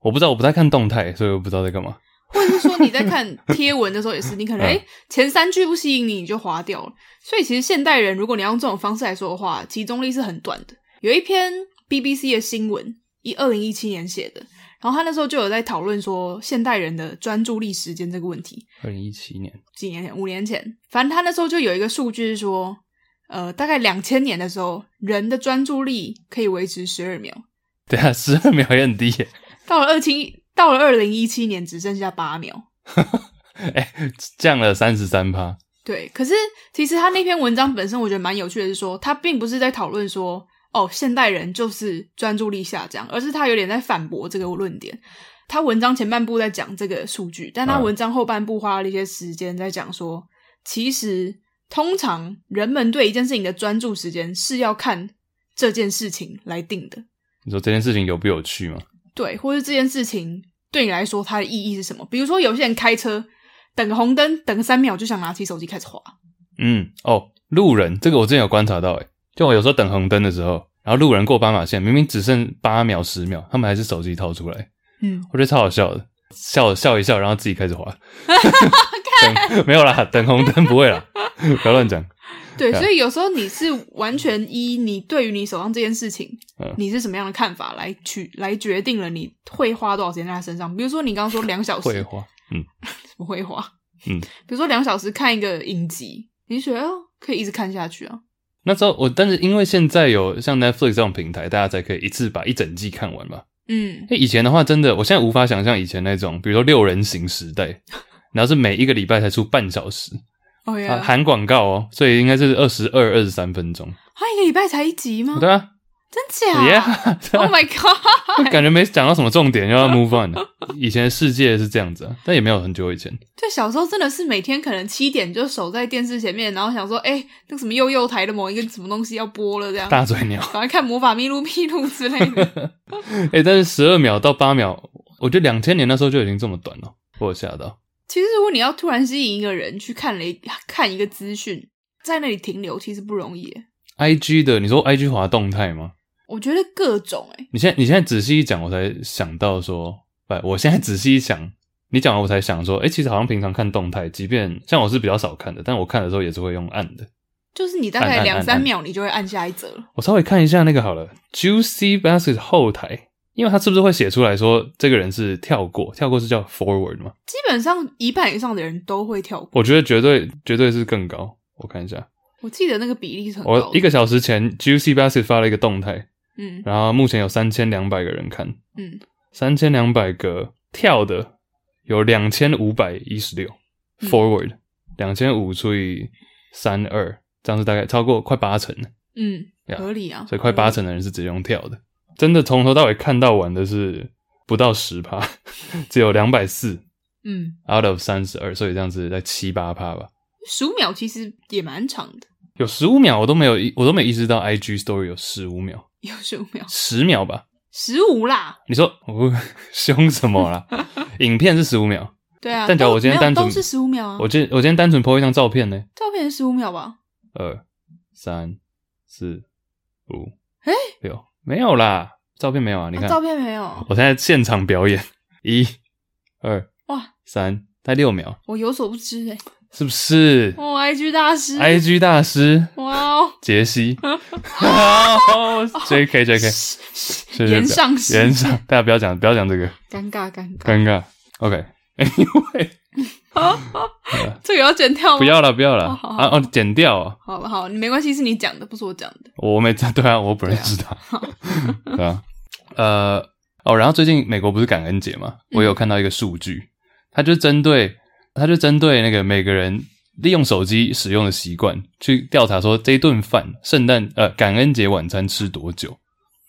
我不知道，我不太看动态，所以我不知道在干嘛。或者是说你在看贴文的时候也是，你可嗯能哎、诶前三句不吸引你，你就划掉了。所以其实现代人，如果你要用这种方式来说的话，集中力是很短的。有一篇 BBC 的新闻，一二零一七年写的，然后他那时候就有在讨论说现代人的专注力时间这个问题。二零一七年，几年前，五年前，反正他那时候就有一个数据是说，呃，大概两千年的时候，人的专注力可以维持十二秒， (laughs) 对啊，十二秒也很低耶。到了二七，到了二零一七年只剩下八秒。哎、降了三十三趴。对，可是其实他那篇文章本身，我觉得蛮有趣的，是说他并不是在讨论说哦，现代人就是专注力下降，而是他有点在反驳这个论点。他文章前半部在讲这个数据，但他嗯文章后半部花了一些时间在讲说，其实通常人们对一件事情的专注时间是要看这件事情来定的，你说这件事情有不有趣吗？对，或是这件事情对你来说它的意义是什么？比如说有些人开车等个红灯，等个三秒就想拿起手机开始滑，嗯，哦，路人这个我之前有观察到，哎，就我有时候等红灯的时候，然后路人过斑马线，明明只剩八秒、十秒，他们还是手机掏出来，嗯，我觉得超好笑的，笑笑一笑，然后自己开始滑。等没有啦，等红灯不会啦，不要乱讲。对，对啊所以有时候你是完全依你对于你手上这件事情，嗯你是什么样的看法来去来决定了你会花多少时间在他身上。比如说你刚刚说两小 (laughs) 时，会滑，什么会花？嗯 (laughs) 比如说两小时看一个影集，你就觉得哦可以一直看下去啊。那时候我，但是因为现在有像 Netflix 这种平台，大家才可以一次把一整季看完嘛。嗯，欸，以前的话，真的，我现在无法想象以前那种，比如说六人行时代， (laughs) 然后是每一个礼拜才出半小时，哦啊，呀，含广告哦，所以应该是二十二、二十三分钟，他一个礼拜才一集吗？对啊，哦真假 (laughs) 耶、 o h my god！感觉没讲到什么重点，又要 move on 了。以前的世界是这样子啊，但也没有很久以前，就小时候真的是每天可能七点就守在电视前面，然后想说，哎、那个什么幼幼台的某一个什么东西要播了，这样，大嘴鸟， (laughs) 赶快看魔法咪路咪路之类的。哎、但是十二秒到八秒，我觉得两千年那时候就已经这么短了，我有吓到。其实，如果你要突然吸引一个人去看了一 (laughs) 看一个资讯，在那里停留，其实不容易耶。 I G 的，你说 I G 滑动态吗？我觉得各种哎，你现在你现在仔细一讲，我才想到说，不，我现在仔细一想，你讲完我才想说，哎、其实好像平常看动态，即便像我是比较少看的，但我看的时候也是会用按的。就是你大按按概按两三按秒，你就会按下一则了。我稍微看一下那个好了，Juicy Basket 后台，因为它是不是会写出来说这个人是跳过，跳过是叫 forward 吗？基本上一半以上的人都会跳过。我觉得绝对绝对是更高。我看一下，我记得那个比例是很高我的。一个小时前 Juicy Basket 发了一个动态，嗯然后目前有三千两百个人看，嗯，三千两百个跳的有两千五百一十六嗯，forward 两千五除以三二，这样是大概超过快八成，嗯呀合理啊，所以快八成的人是直接用跳的。真的从头到尾看到完的是不到十趴， (laughs) 只有两百四嗯， out of 三十二，所以这样子在七八趴吧。十五秒其实也蛮长的，有十五秒我都没有意，我都没意识到 IG story 有十五秒，有十五秒，十秒吧。十五啦，你说我 (laughs) 凶什么啦？影片是十五秒，对啊。但假如都我今天没有单纯都是十五秒啊，我今我今天单纯 po 一张照片呢，照片十五秒吧？二、三、四、五，诶六，没有啦，照片没有啊，你啊看，照片没有，我现在现场表演，一、二、哇，三，待六秒，我有所不知 (laughs) 哎，是不是、我 IG 大师， i g 大师哇 (laughs) 哦。杰西，J.K. (laughs) J.K. 谢谢延上时延上，大家不要讲，不要讲这个，尴尬尴尬，尴尬。OK，anyway，这个要剪掉吗？不，要了，不要了，哦好好啊哦，剪掉啊。好了好，没关系，是你讲的，不是我讲的。我没在，对啊，我本人知 (laughs) 道，对啊，呃，哦，然后最近美国不是感恩嗯节嘛，我有看到一个数据，它就针对，它就针对那个每个人利用手机使用的习惯去调查说这一顿饭，圣诞呃感恩节晚餐吃多久？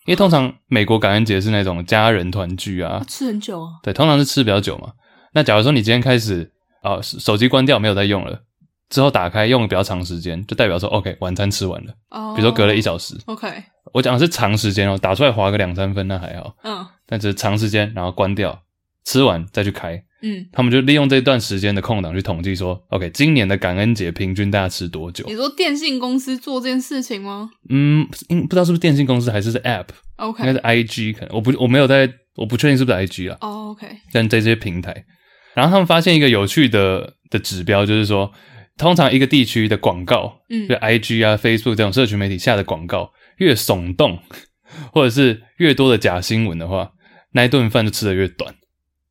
因为通常美国感恩节是那种家人团聚啊啊，吃很久啊，对，通常是吃比较久嘛。那假如说你今天开始啊、手手机关掉没有在用了，之后打开用了比较长时间，就代表说 OK 晚餐吃完了，哦，比如说隔了一小时。 ，OK，我讲的是长时间哦，打出来划个两三分那还好，嗯但只是长时间然后关掉，吃完再去开，嗯，他们就利用这段时间的空档去统计说，OK，今年的感恩节平均大家吃多久？你说电信公司做这件事情吗嗯，应不知道是不是电信公司还是是 App，应该？OK，是 IG，可能我不我没有在，我不确定是不是 IG 啦，哦，OK，但这些平台，然后他们发现一个有趣的的指标，就是说，通常一个地区的广告，嗯就 IG 啊、Facebook 这种社群媒体下的广告越耸动，或者是越多的假新闻的话，那一顿饭就吃的越短。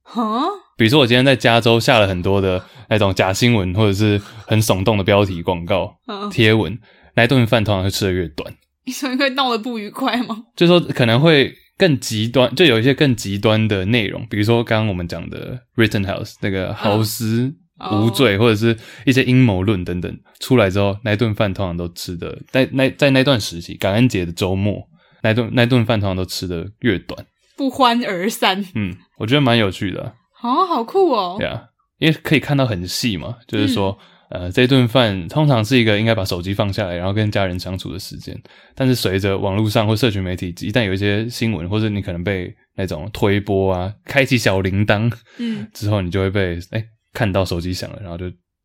哈，比如说，我今天在加州下了很多的那种假新闻，或者是很耸动的标题广告嗯，贴文，那一顿饭通常会吃的越短。你说你会闹得不愉快吗？就说可能会更极端，就有一些更极端的内容，比如说刚刚我们讲的 Rittenhouse 那个豪斯、哦无罪，或者是一些阴谋论等等出来之后，那一顿饭通常都吃的在那在那段时期，感恩节的周末，那一顿那一顿饭通常都吃的越短。不欢而散，嗯，我觉得蛮有趣的啊、哦，好酷哦嗯对，啊，因为可以看到很细嘛，就是说，呃，这顿饭通常是一个应该把手机放下来，然后跟家人相处的时间。但是随着网络上或社群媒体一旦有一些新闻，或者你可能被那种推播啊，开启小铃铛 (laughs) 嗯，之后，你就会被哎、看到手机响了，然后就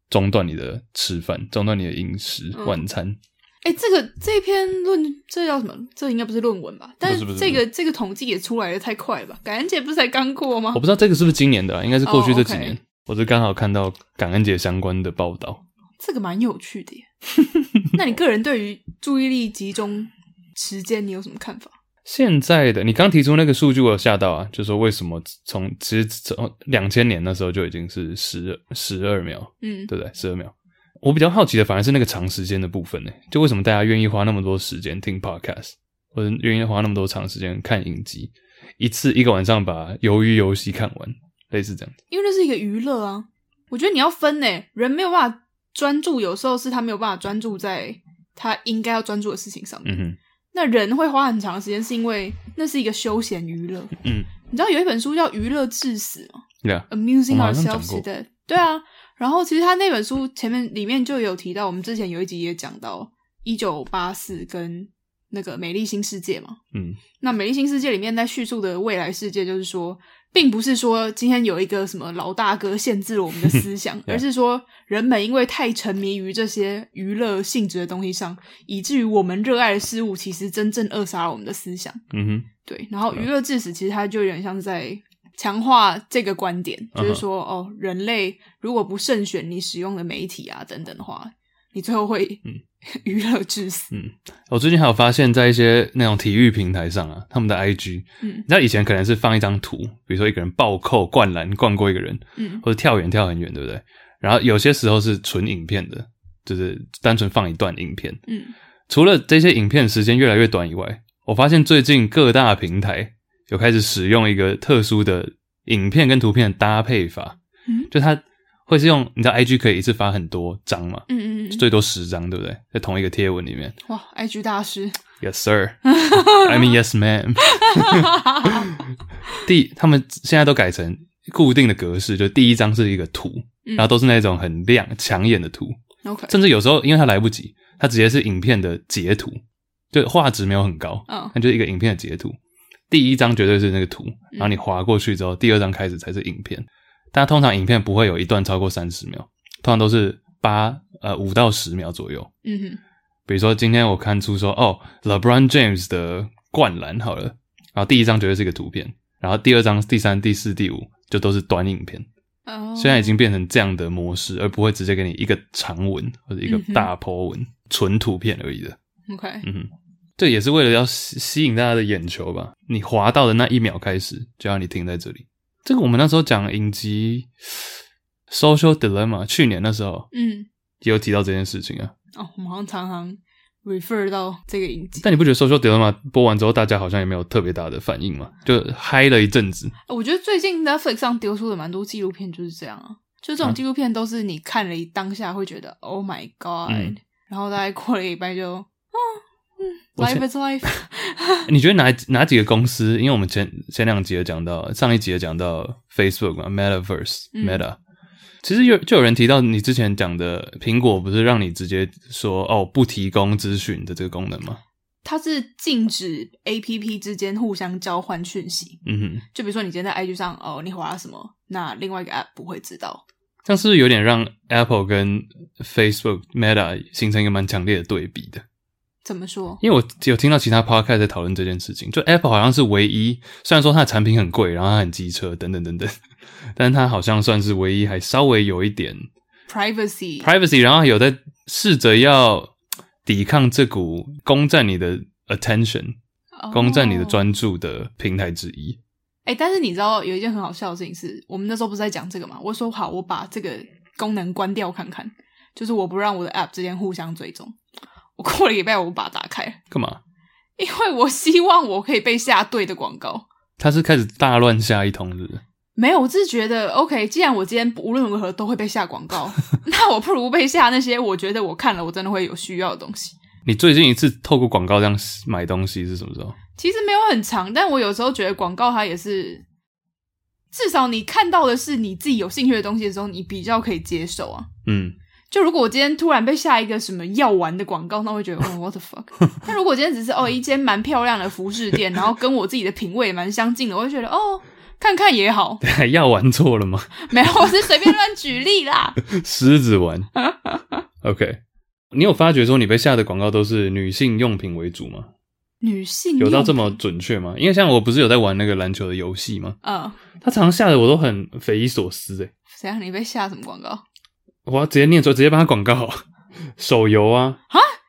中断你的吃饭，中断你的饮食、嗯晚餐。哎，这个这篇论这叫什么？这应该不是论文吧？但不是不是这个这个统计也出来的太快了吧？感恩节不是才刚过吗我？不知道这个是不是今年的啦，啊应该是过去这几哦哦，OK 年。我是刚好看到感恩节相关的报道，这个蛮有趣的耶。那你个人对于注意力集中时间，你有什么看法？现在的你刚提出那个数据，我有吓到啊！就说为什么从其实从两千年那时候就已经是十十二秒，嗯，对不对？十二秒。我比较好奇的反而是那个长时间的部分呢，就为什么大家愿意花那么多时间听 podcast，或者愿意花那么多长时间看影集，一次一个晚上把《鱿鱼游戏》看完，类似这样。因为那是一个娱乐啊。我觉得你要分呢，人没有办法专注，有时候是他没有办法专注在他应该要专注的事情上面。嗯哼，那人会花很长的时间，是因为那是一个休闲娱乐。嗯，你知道有一本书叫《娱乐致死》吗？对啊， amusing 我们好像讲 ourselves 过 to death。对啊，然后其实他那本书前面里面就有提到，我们之前有一集也讲到一九八四跟那个《美丽新世界》嘛。嗯那《美丽新世界》里面在叙述的未来世界，就是说，并不是说今天有一个什么老大哥限制了我们的思想， (laughs) 对啊而是说人们因为太沉迷于这些娱乐性质的东西上，以至于我们热爱的事物其实真正扼杀了我们的思想。嗯哼，对，然后娱乐至死其实它就有点像是在强化这个观点，嗯哼就是说哦，人类如果不慎选你使用的媒体啊等等的话，你最后会嗯 (laughs) 娱乐至死。我最近还有发现，在一些那种体育平台上啊，他们的 IG，嗯那以前可能是放一张图，比如说一个人暴扣、灌篮、灌过一个人，嗯或者跳远跳很远，对不对？然后有些时候是纯影片的，就是单纯放一段影片。嗯，除了这些影片时间越来越短以外，我发现最近各大平台有开始使用一个特殊的影片跟图片的搭配法，嗯就它会是用你知道 IG 可以一次发很多张嘛，嗯嗯嗯，最多十张，对不对？在同一个贴文里面哇，IG 大师， ，Yes sir，I mean yes ma'am。第他们现在都改成固定的格式，就第一张是一个图，嗯然后都是那种很亮抢眼的图， OK，甚至有时候因为它来不及，它直接是影片的截图，就画质没有很高，嗯它就是一个影片的截图。第一张绝对是那个图，然后你划过去之后，第二张开始才是影片。但通常影片不会有一段超过三十秒，通常都是八呃五到十秒左右。嗯哼，比如说今天我看出说，哦，LeBron James 的灌篮好了，然后第一张绝对是一个图片，然后第二张、第三、第四、第五就都是短影片。哦，现在已经变成这样的模式，而不会直接给你一个长文或者一个嗯哼大 po 文，纯、图片而已的。 OK，嗯哼，这也是为了要吸吸引大家的眼球吧。你滑到的那一秒开始，就让你停在这里。这个我们那时候讲影集《Social Dilemma》，去年那时候嗯，也有提到这件事情啊。哦，我们好像常常 refer 到这个影集，但你不觉得《Social Dilemma》播完之后，大家好像也没有特别大的反应吗？就嗨了一阵子。我觉得最近 Netflix 上丢出的蛮多纪录片就是这样啊。就这种纪录片都是你看了一当下会觉得 “Oh my God”，、嗯然后大概过了一个礼拜就啊，嗯我前，life is life， (laughs) 你觉得哪哪几个公司？因为我们前前两集有讲到，上一集有讲到 Facebook 嘛，Metaverse 嗯 Meta，、其实有就有人提到你之前讲的苹果不是让你直接说哦不提供资讯的这个功能吗？它是禁止 A P P 之间互相交换讯息。嗯哼，就比如说你今天在 IG 上哦，你划了什么，那另外一个 App 不会知道。这样是不是有点让 Apple 跟 Facebook Meta 形成一个蛮强烈的对比的？怎么说？因为我有听到其他 podcast 在讨论这件事情，就 Apple 好像是唯一，虽然说它的产品很贵，然后它很机车等等等等， (laughs) 但是它好像算是唯一还稍微有一点 privacy， privacy，然后有在试着要抵抗这股攻占你的 attention、攻占你的哦。专注的平台之一。哎、但是你知道有一件很好笑的事情是，我们那时候不是在讲这个嘛？我说好，我把这个功能关掉看看，就是我不让我的 app 之间互相追踪。我过了一个礼拜，我把它打开，干嘛？因为我希望我可以被下对的广告。它是开始大乱下一通，是不是？没有，我只是觉得 OK，既然我今天无论如何都会被下广告， (laughs) 那我不如被下那些我觉得我看了我真的会有需要的东西。你最近一次透过广告这样买东西是什么时候？其实没有很长，但我有时候觉得广告它也是，至少你看到的是你自己有兴趣的东西的时候，你比较可以接受啊。嗯， (laughs) 就如果我今天突然被下一个什么药丸的广告，那我会 (laughs) 觉得哦 what the fuck。但如果今天只是哦一间蛮漂亮的服 (laughs) 饰店，然后跟我自己的品味蛮相近的，我会觉得哦看看也好。药丸错了吗？没有，我是随便乱举例 (laughs) 啦。狮子丸。OK，你有发觉说你被下的广告都是女性用品为主吗？女性有到用这么准确吗？因为像我不是有在玩那个篮球的游戏吗？嗯，他常下的我都很匪夷所思诶、欸怎样？你被下什么广告？我要直接念出来，直接帮他广告好。 (laughs) 手游啊，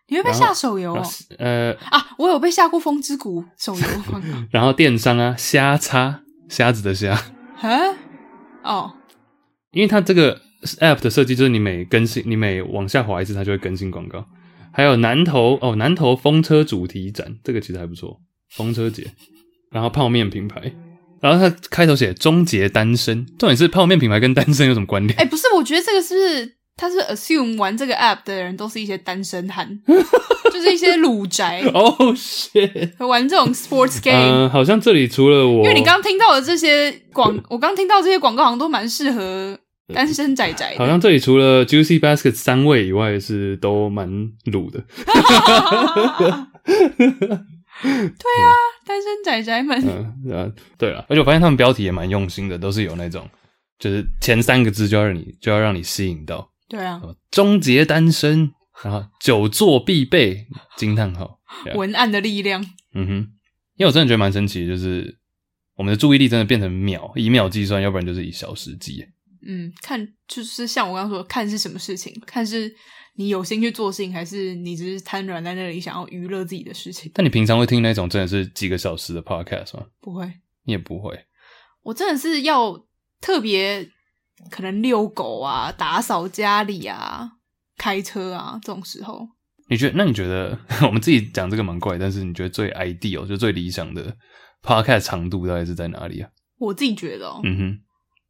你会被下手游哦？呃，啊，我有被下过《风之谷》手游广 (laughs) 告。 (laughs) 然后电商啊，瞎叉瞎子的瞎，啊？哦，因为它这个 app 的设计就是你每更新，你每往下滑一次，它就会更新广告。还有南投哦，南投风车主题展，这个其实还不错，风车节。然后泡面品牌，然后它开头写终结单身，重点是泡面品牌跟单身有什么关联？ (laughs) 哎、不是，我觉得这个是不是他是 assume 玩这个 app 的人都是一些单身 (laughs) 汉，就是一些鲁宅哦、shit，玩这种 sports game。嗯、好像这里除了我，因为你刚听到的这些广， (laughs) 我刚听到这些广告好像都蛮适合单身仔仔嗯好的。像这里除了 Juicy Basket 三位以外，是都蛮卤的。单身仔仔们，嗯，呃，对了，而且我发现他们标题也蛮用心的，都是有那种，就是前三个字就要让你就要让你吸引到，对啊什，么终结单身，然后久坐必备惊叹号，对啊文案的力量。嗯哼，因为我真的觉得蛮神奇的，就是我们的注意力真的变成秒，以秒计算，要不然就是以小时计。嗯，看就是像我刚刚说，看是什么事情，看是你有心去做事情，还是你只是瘫软在那里想要娱乐自己的事情。但你平常会听那种真的是几个小时的 podcast 吗？不会，你也不会，我真的是要特别可能遛狗啊、打扫家里啊、开车啊这种时候，你觉得？那你觉得 (laughs) 我们自己讲这个蛮怪，但是你觉得最 ideal 就最理想的 podcast 长度大概是在哪里啊？我自己觉得、哦，嗯哼，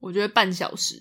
我觉得半小时、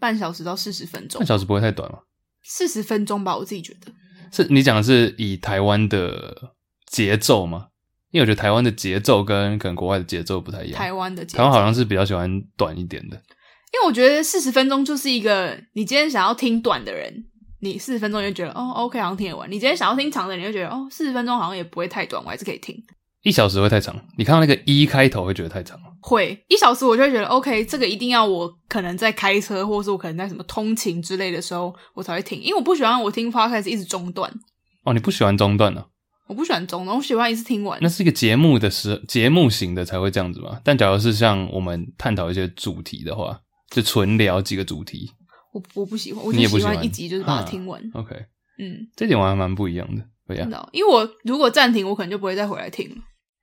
半小时到四十分钟半，小时不会太短吗？四十分钟吧，我自己觉得。是你讲的是以台湾的节奏吗？因为我觉得台湾的节奏跟可能国外的节奏不太一样。台湾的节台湾奏，好像是比较喜欢短一点的，因为我觉得四十分钟就是一个你今天想要听短的人。你四十分钟你就觉得哦，OK，好像听得完。你今天想要听长的，你就觉得哦，四十分钟好像也不会太短，我还是可以听。一小时会太长。你看到那个一开头会觉得太长了。会一小时，我就会觉得 OK，这个一定要我可能在开车，或者是我可能在什么通勤之类的时候，我才会听，因为我不喜欢我听 podcast 一直中断，断哦，你不喜欢中断呢、我不喜欢中断，我喜欢一次听完那。是一个节目的时节目型的才会这样子嘛。但假如是像我们探讨一些主题的话，就纯聊几个主题我我不喜欢，我你就也不喜喜欢欢一集就是把啊它听完。 ，OK，嗯，这点我还蛮不一样的。对呀、真的哦，因为我如果暂停，我可能就不会再回来听了。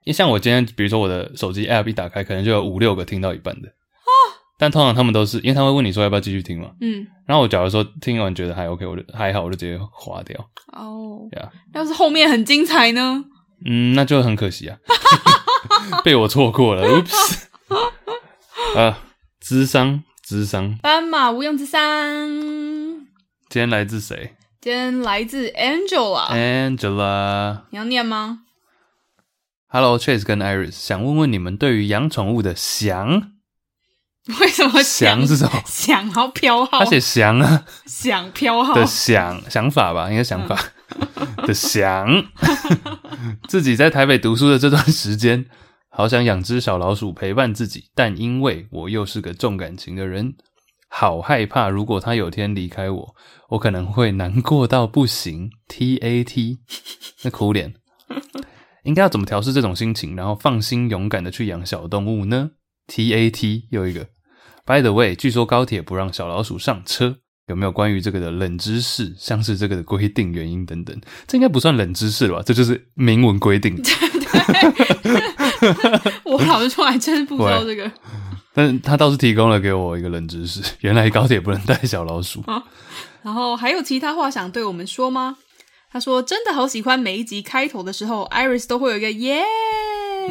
因为像我今天，比如说我的手机 App 一打开，可能就有五六个听到一半的。啊但通常他们都是因为他会问你说要不要继续听嘛，嗯，然后我假如说听完觉得还 OK，我就还好，我就直接划掉。哦，对啊要是后面很精彩呢？嗯，那就很可惜啊，被我错过了。Oops。啊，智商智商。斑马无用之三，今天来自谁今天来自 Angela，、哎？Angela。你要念吗？ (laughs) Hello Chase 跟 Iris，想问问你们对于养宠物的想为什么想是什么？想好飘号他，写想啊想飘号的想想法吧，应该想法的想。 (laughs) 自己在台北读书的这段时间，好想养只小老鼠陪伴自己，但因为我又是个重感情的人，好害怕如果它有天离开我，我可能会难过到不行。T A T，那苦脸。应该要怎么调试这种心情，然后放心勇敢的去养小动物呢？T A T 又一个。By the way，据说高铁不让小老鼠上车，有没有关于这个的冷知识，像是这个的规定、原因等等？这应该不算冷知识了吧？这就是明文规定。我老实说，还真不知道喂这个。但是他倒是提供了给我一个冷知识， (laughs) 原来高铁不能带小老鼠。哦然后还有其他话想对我们说吗？他说：“真的好喜欢每一集开头的时候，Iris 都会有一个耶，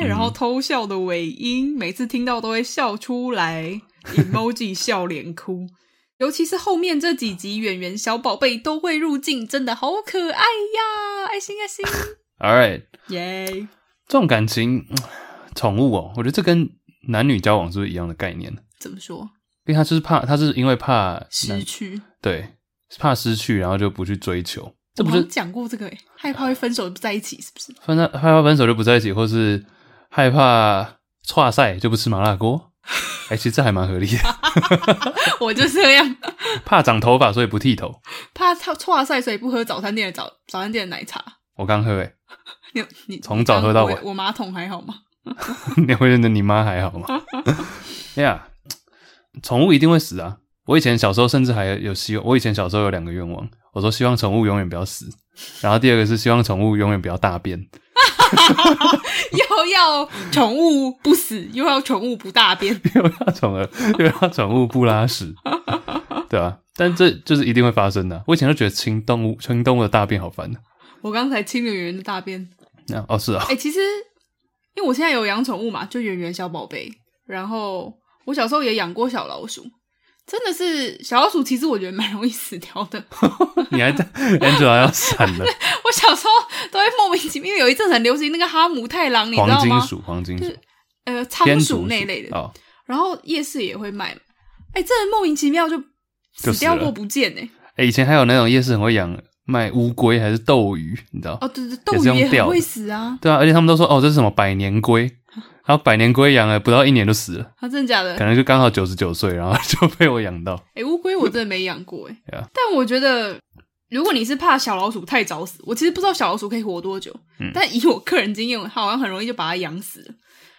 嗯然后偷笑的尾音，每次听到都会笑 (laughs) 出来，emoji 笑脸哭。尤其是后面这几集，演员小宝贝都会入镜，真的好可爱呀！爱心爱心， All right，耶、重感情，嗯宠物哦，我觉得这跟男女交往是不是一样的概念？怎么说？因为他就是怕，他是因为怕失去？对，怕失去，然后就不去追求。这我不好是像讲过这个、欸，害怕会分手不在一起，是不是？分害怕分手就不在一起，或是害怕岔赛就不吃麻辣 (laughs) 锅。哎、其实这还蛮合理的。我就这样，怕长头发所以不剃头。怕他哇塞，所以不喝早餐店的早早餐店的奶茶。我刚喝诶、 (laughs) 你你从早喝到晚我我马桶还好吗？ (laughs) 你会认得你妈还好吗？Yeah，宠物一定会死啊！我以前小时候甚至还有希望，我以前小时候有两个愿望，我说希望宠物永远不要死，然后第二个是希望宠物永远不要大便。 (laughs) 又要宠物不死，又要宠物不大便， (laughs) 又要宠儿，又要宠物不拉屎，对吧、但这就是一定会发生的啊、我以前就觉得清动物、清动物的大便好烦的、我刚才亲了圆圆的大便。那哦，是啊、哎、其实因为我现在有养宠物嘛，就圆圆小宝贝，然后我小时候也养过小老鼠，真的是小老鼠，其实我觉得蛮容易死掉的。 (laughs) 你还在 Angela 要闪了，我小时候都会莫名其妙，因为有一阵很流行那个哈姆太 (laughs) 郎，你知黄道金吗？鼠、黄金就鼠是、呃，天仓竺鼠那一类的，哦。然后夜市也会卖嘛。哎、真的莫名其妙就就死死掉了过不见哎、哎、以前还有那种夜市很会养卖乌龟还是斗鱼，你知道？哦，对对，斗也是用鱼也钓很的会死啊！对啊，而且他们都说哦，这是什么百年龟，然后百年龟养了不到一年就死了，啊，真的假的可？能就刚好九十九岁，然后 (laughs) 就被我养到。哎、乌龟我真的没养过哎、 (laughs) 对啊但我觉得如果你是怕小老鼠太早死，我其实不知道小老鼠可以活多久，嗯但以我个人经验，它好像很容易就把它养死了。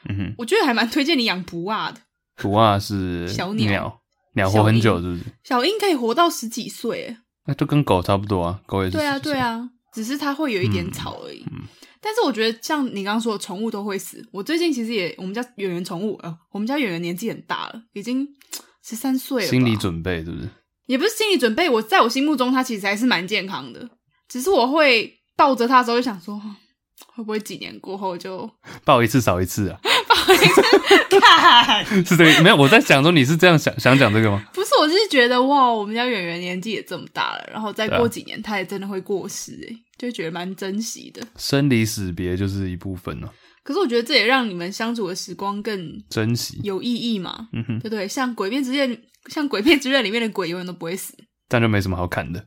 嗯哼，我觉得还蛮推荐你养不啊的，图啊是小鸟鸟，鸟活很久是不是？小鹰可以活到十几岁哎、那就跟狗差不多啊，狗也是。对啊对。啊，只是它会有一点草而已。嗯但是我觉得像你刚刚说的，宠物都会死。我最近其实也，我们家圆圆宠物，呃，我们家圆圆年纪很大了，已经十三岁了吧，心理准备是不是？也不是心理准备，我在我心目中它其实还是蛮健康的，只是我会抱着它的时候就想说，啊会不会几年过后就 (laughs) 抱一次少一次啊？看？ (laughs) 是这个没有？我在想说你是这样想想讲这个吗？不是，我就是觉得哇，我们家圆圆年纪也这么大了，然后再对啊过几年它也真的会过世、欸，就会觉得蛮珍惜的。生离死别就是一部分啊，可是我觉得这也让你们相处的时光更珍惜。有意义嘛，嗯哼对，不对？像《鬼灭之刃》，像《鬼灭之刃》里面的鬼永远都不 (laughs) 会死，但就没什么好看的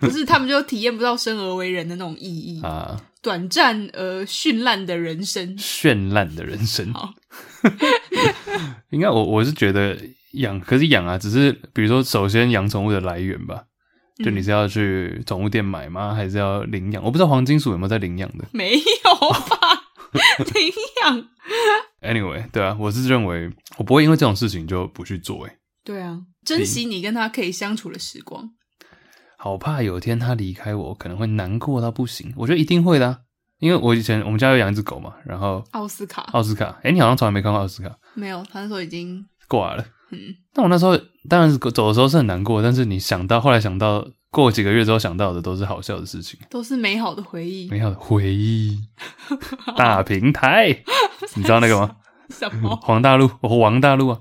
不是他们就体验不到生而为人的那种意义，啊，短暂而绚烂的人生。绚烂的人生好。 (laughs) 应该我我是觉得养，可是养啊，只是比如说，首先养宠物的来源吧，就你嗯是要去宠物店买吗？还是要领养？我不知道黄金鼠有没有在领养的。 (laughs) 没有吧？领养？ Anyway，对啊，我是认为我不会因为这种事情就不去做、欸，对啊，珍惜你跟他可以相处的时光。好怕有天它离开我，可能会难过到不行。我觉得一定会的、啊，因为我以前我们家有养一只狗嘛，然后奥斯卡奥斯卡，哎、你好像从来没看过奥斯卡哦没有，他那时候已经挂了。嗯，但我那时候当然是走的时候是很难过，但是你想到后来想到过几个月之后想到的都是好笑的事情，都是美好的回忆。 (laughs) 美好的回忆。大平台，你知道那个吗？什么？ (laughs) 黄大陆，哦，王大陆啊，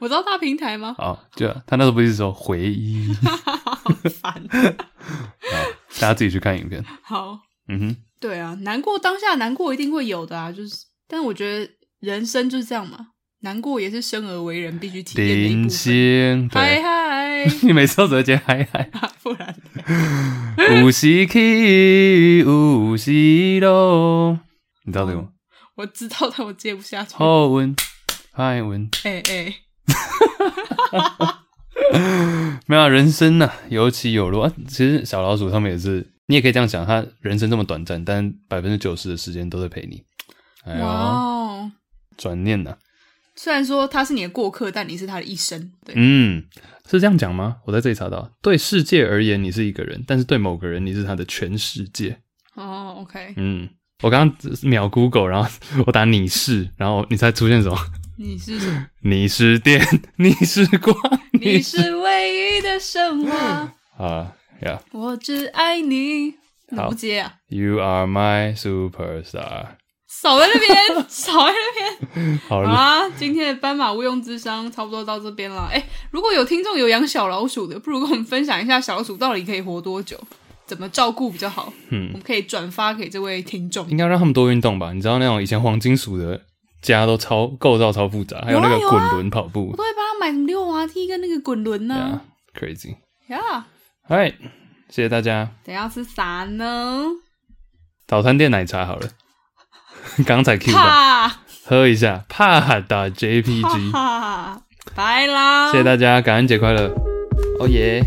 我知道大平台吗？ (laughs) 好，就他那时候不是说回忆， (laughs) 好烦。好大家自己去看影片。好，嗯哼，对啊，难过当下难过一定会有的啊，就是，但我觉得人生就是这样嘛，难过也是生而为人必须体验的一部林分。星，嗨对，(laughs) 嗨，(laughs) 啊你每次都只会接嗨嗨。不然呢有时起，有时落，你知道这个吗？我知道，但我接不下去。好运、坏运，哎哎，没有、啊、人生呐、有起有落、啊。其实小老鼠他们也是，你也可以这样想，他人生这么短暂，但百分之九十的时间都在陪你。哎哇呀，哦！转念啊呐、虽然说他是你的过客，但你是他的一生。对，嗯，是这样讲吗？我在这里查到，对世界而言你是一个人，但是对某个人你是他的全世界。哦，OK，嗯，我刚刚秒 Google，然后我打你是，然后你猜出现什么？ (laughs) 你是什么？你是电， (laughs) 你是光， (laughs) 你是唯一的神话，啊呀、我只爱你。好能不接啊？ y o u are my superstar。少在那边， (laughs) 少在那边。好好了，啦，今天的斑马无用之商差不多到这边了。哎、如果有听众有养小老鼠的，不如跟我们分享一下小老鼠到底可以活多久，怎么照顾比较好？我嗯们，可以转发给这位听众。应该让他们多运动吧。你知道那种以前黄金属的家都超构造超复杂，还有有那啊个有啊滚轮跑步我都会帮他买什么溜滑梯跟那个滚轮呢？ ，yeah,，crazy。呀、嗨，谢谢大家。等一下吃啥呢？早餐店奶茶好了， (laughs) 刚才 Q 到，怕喝一下，怕打 JPG，怕，拜啦！谢谢大家，感恩节快乐，哦耶！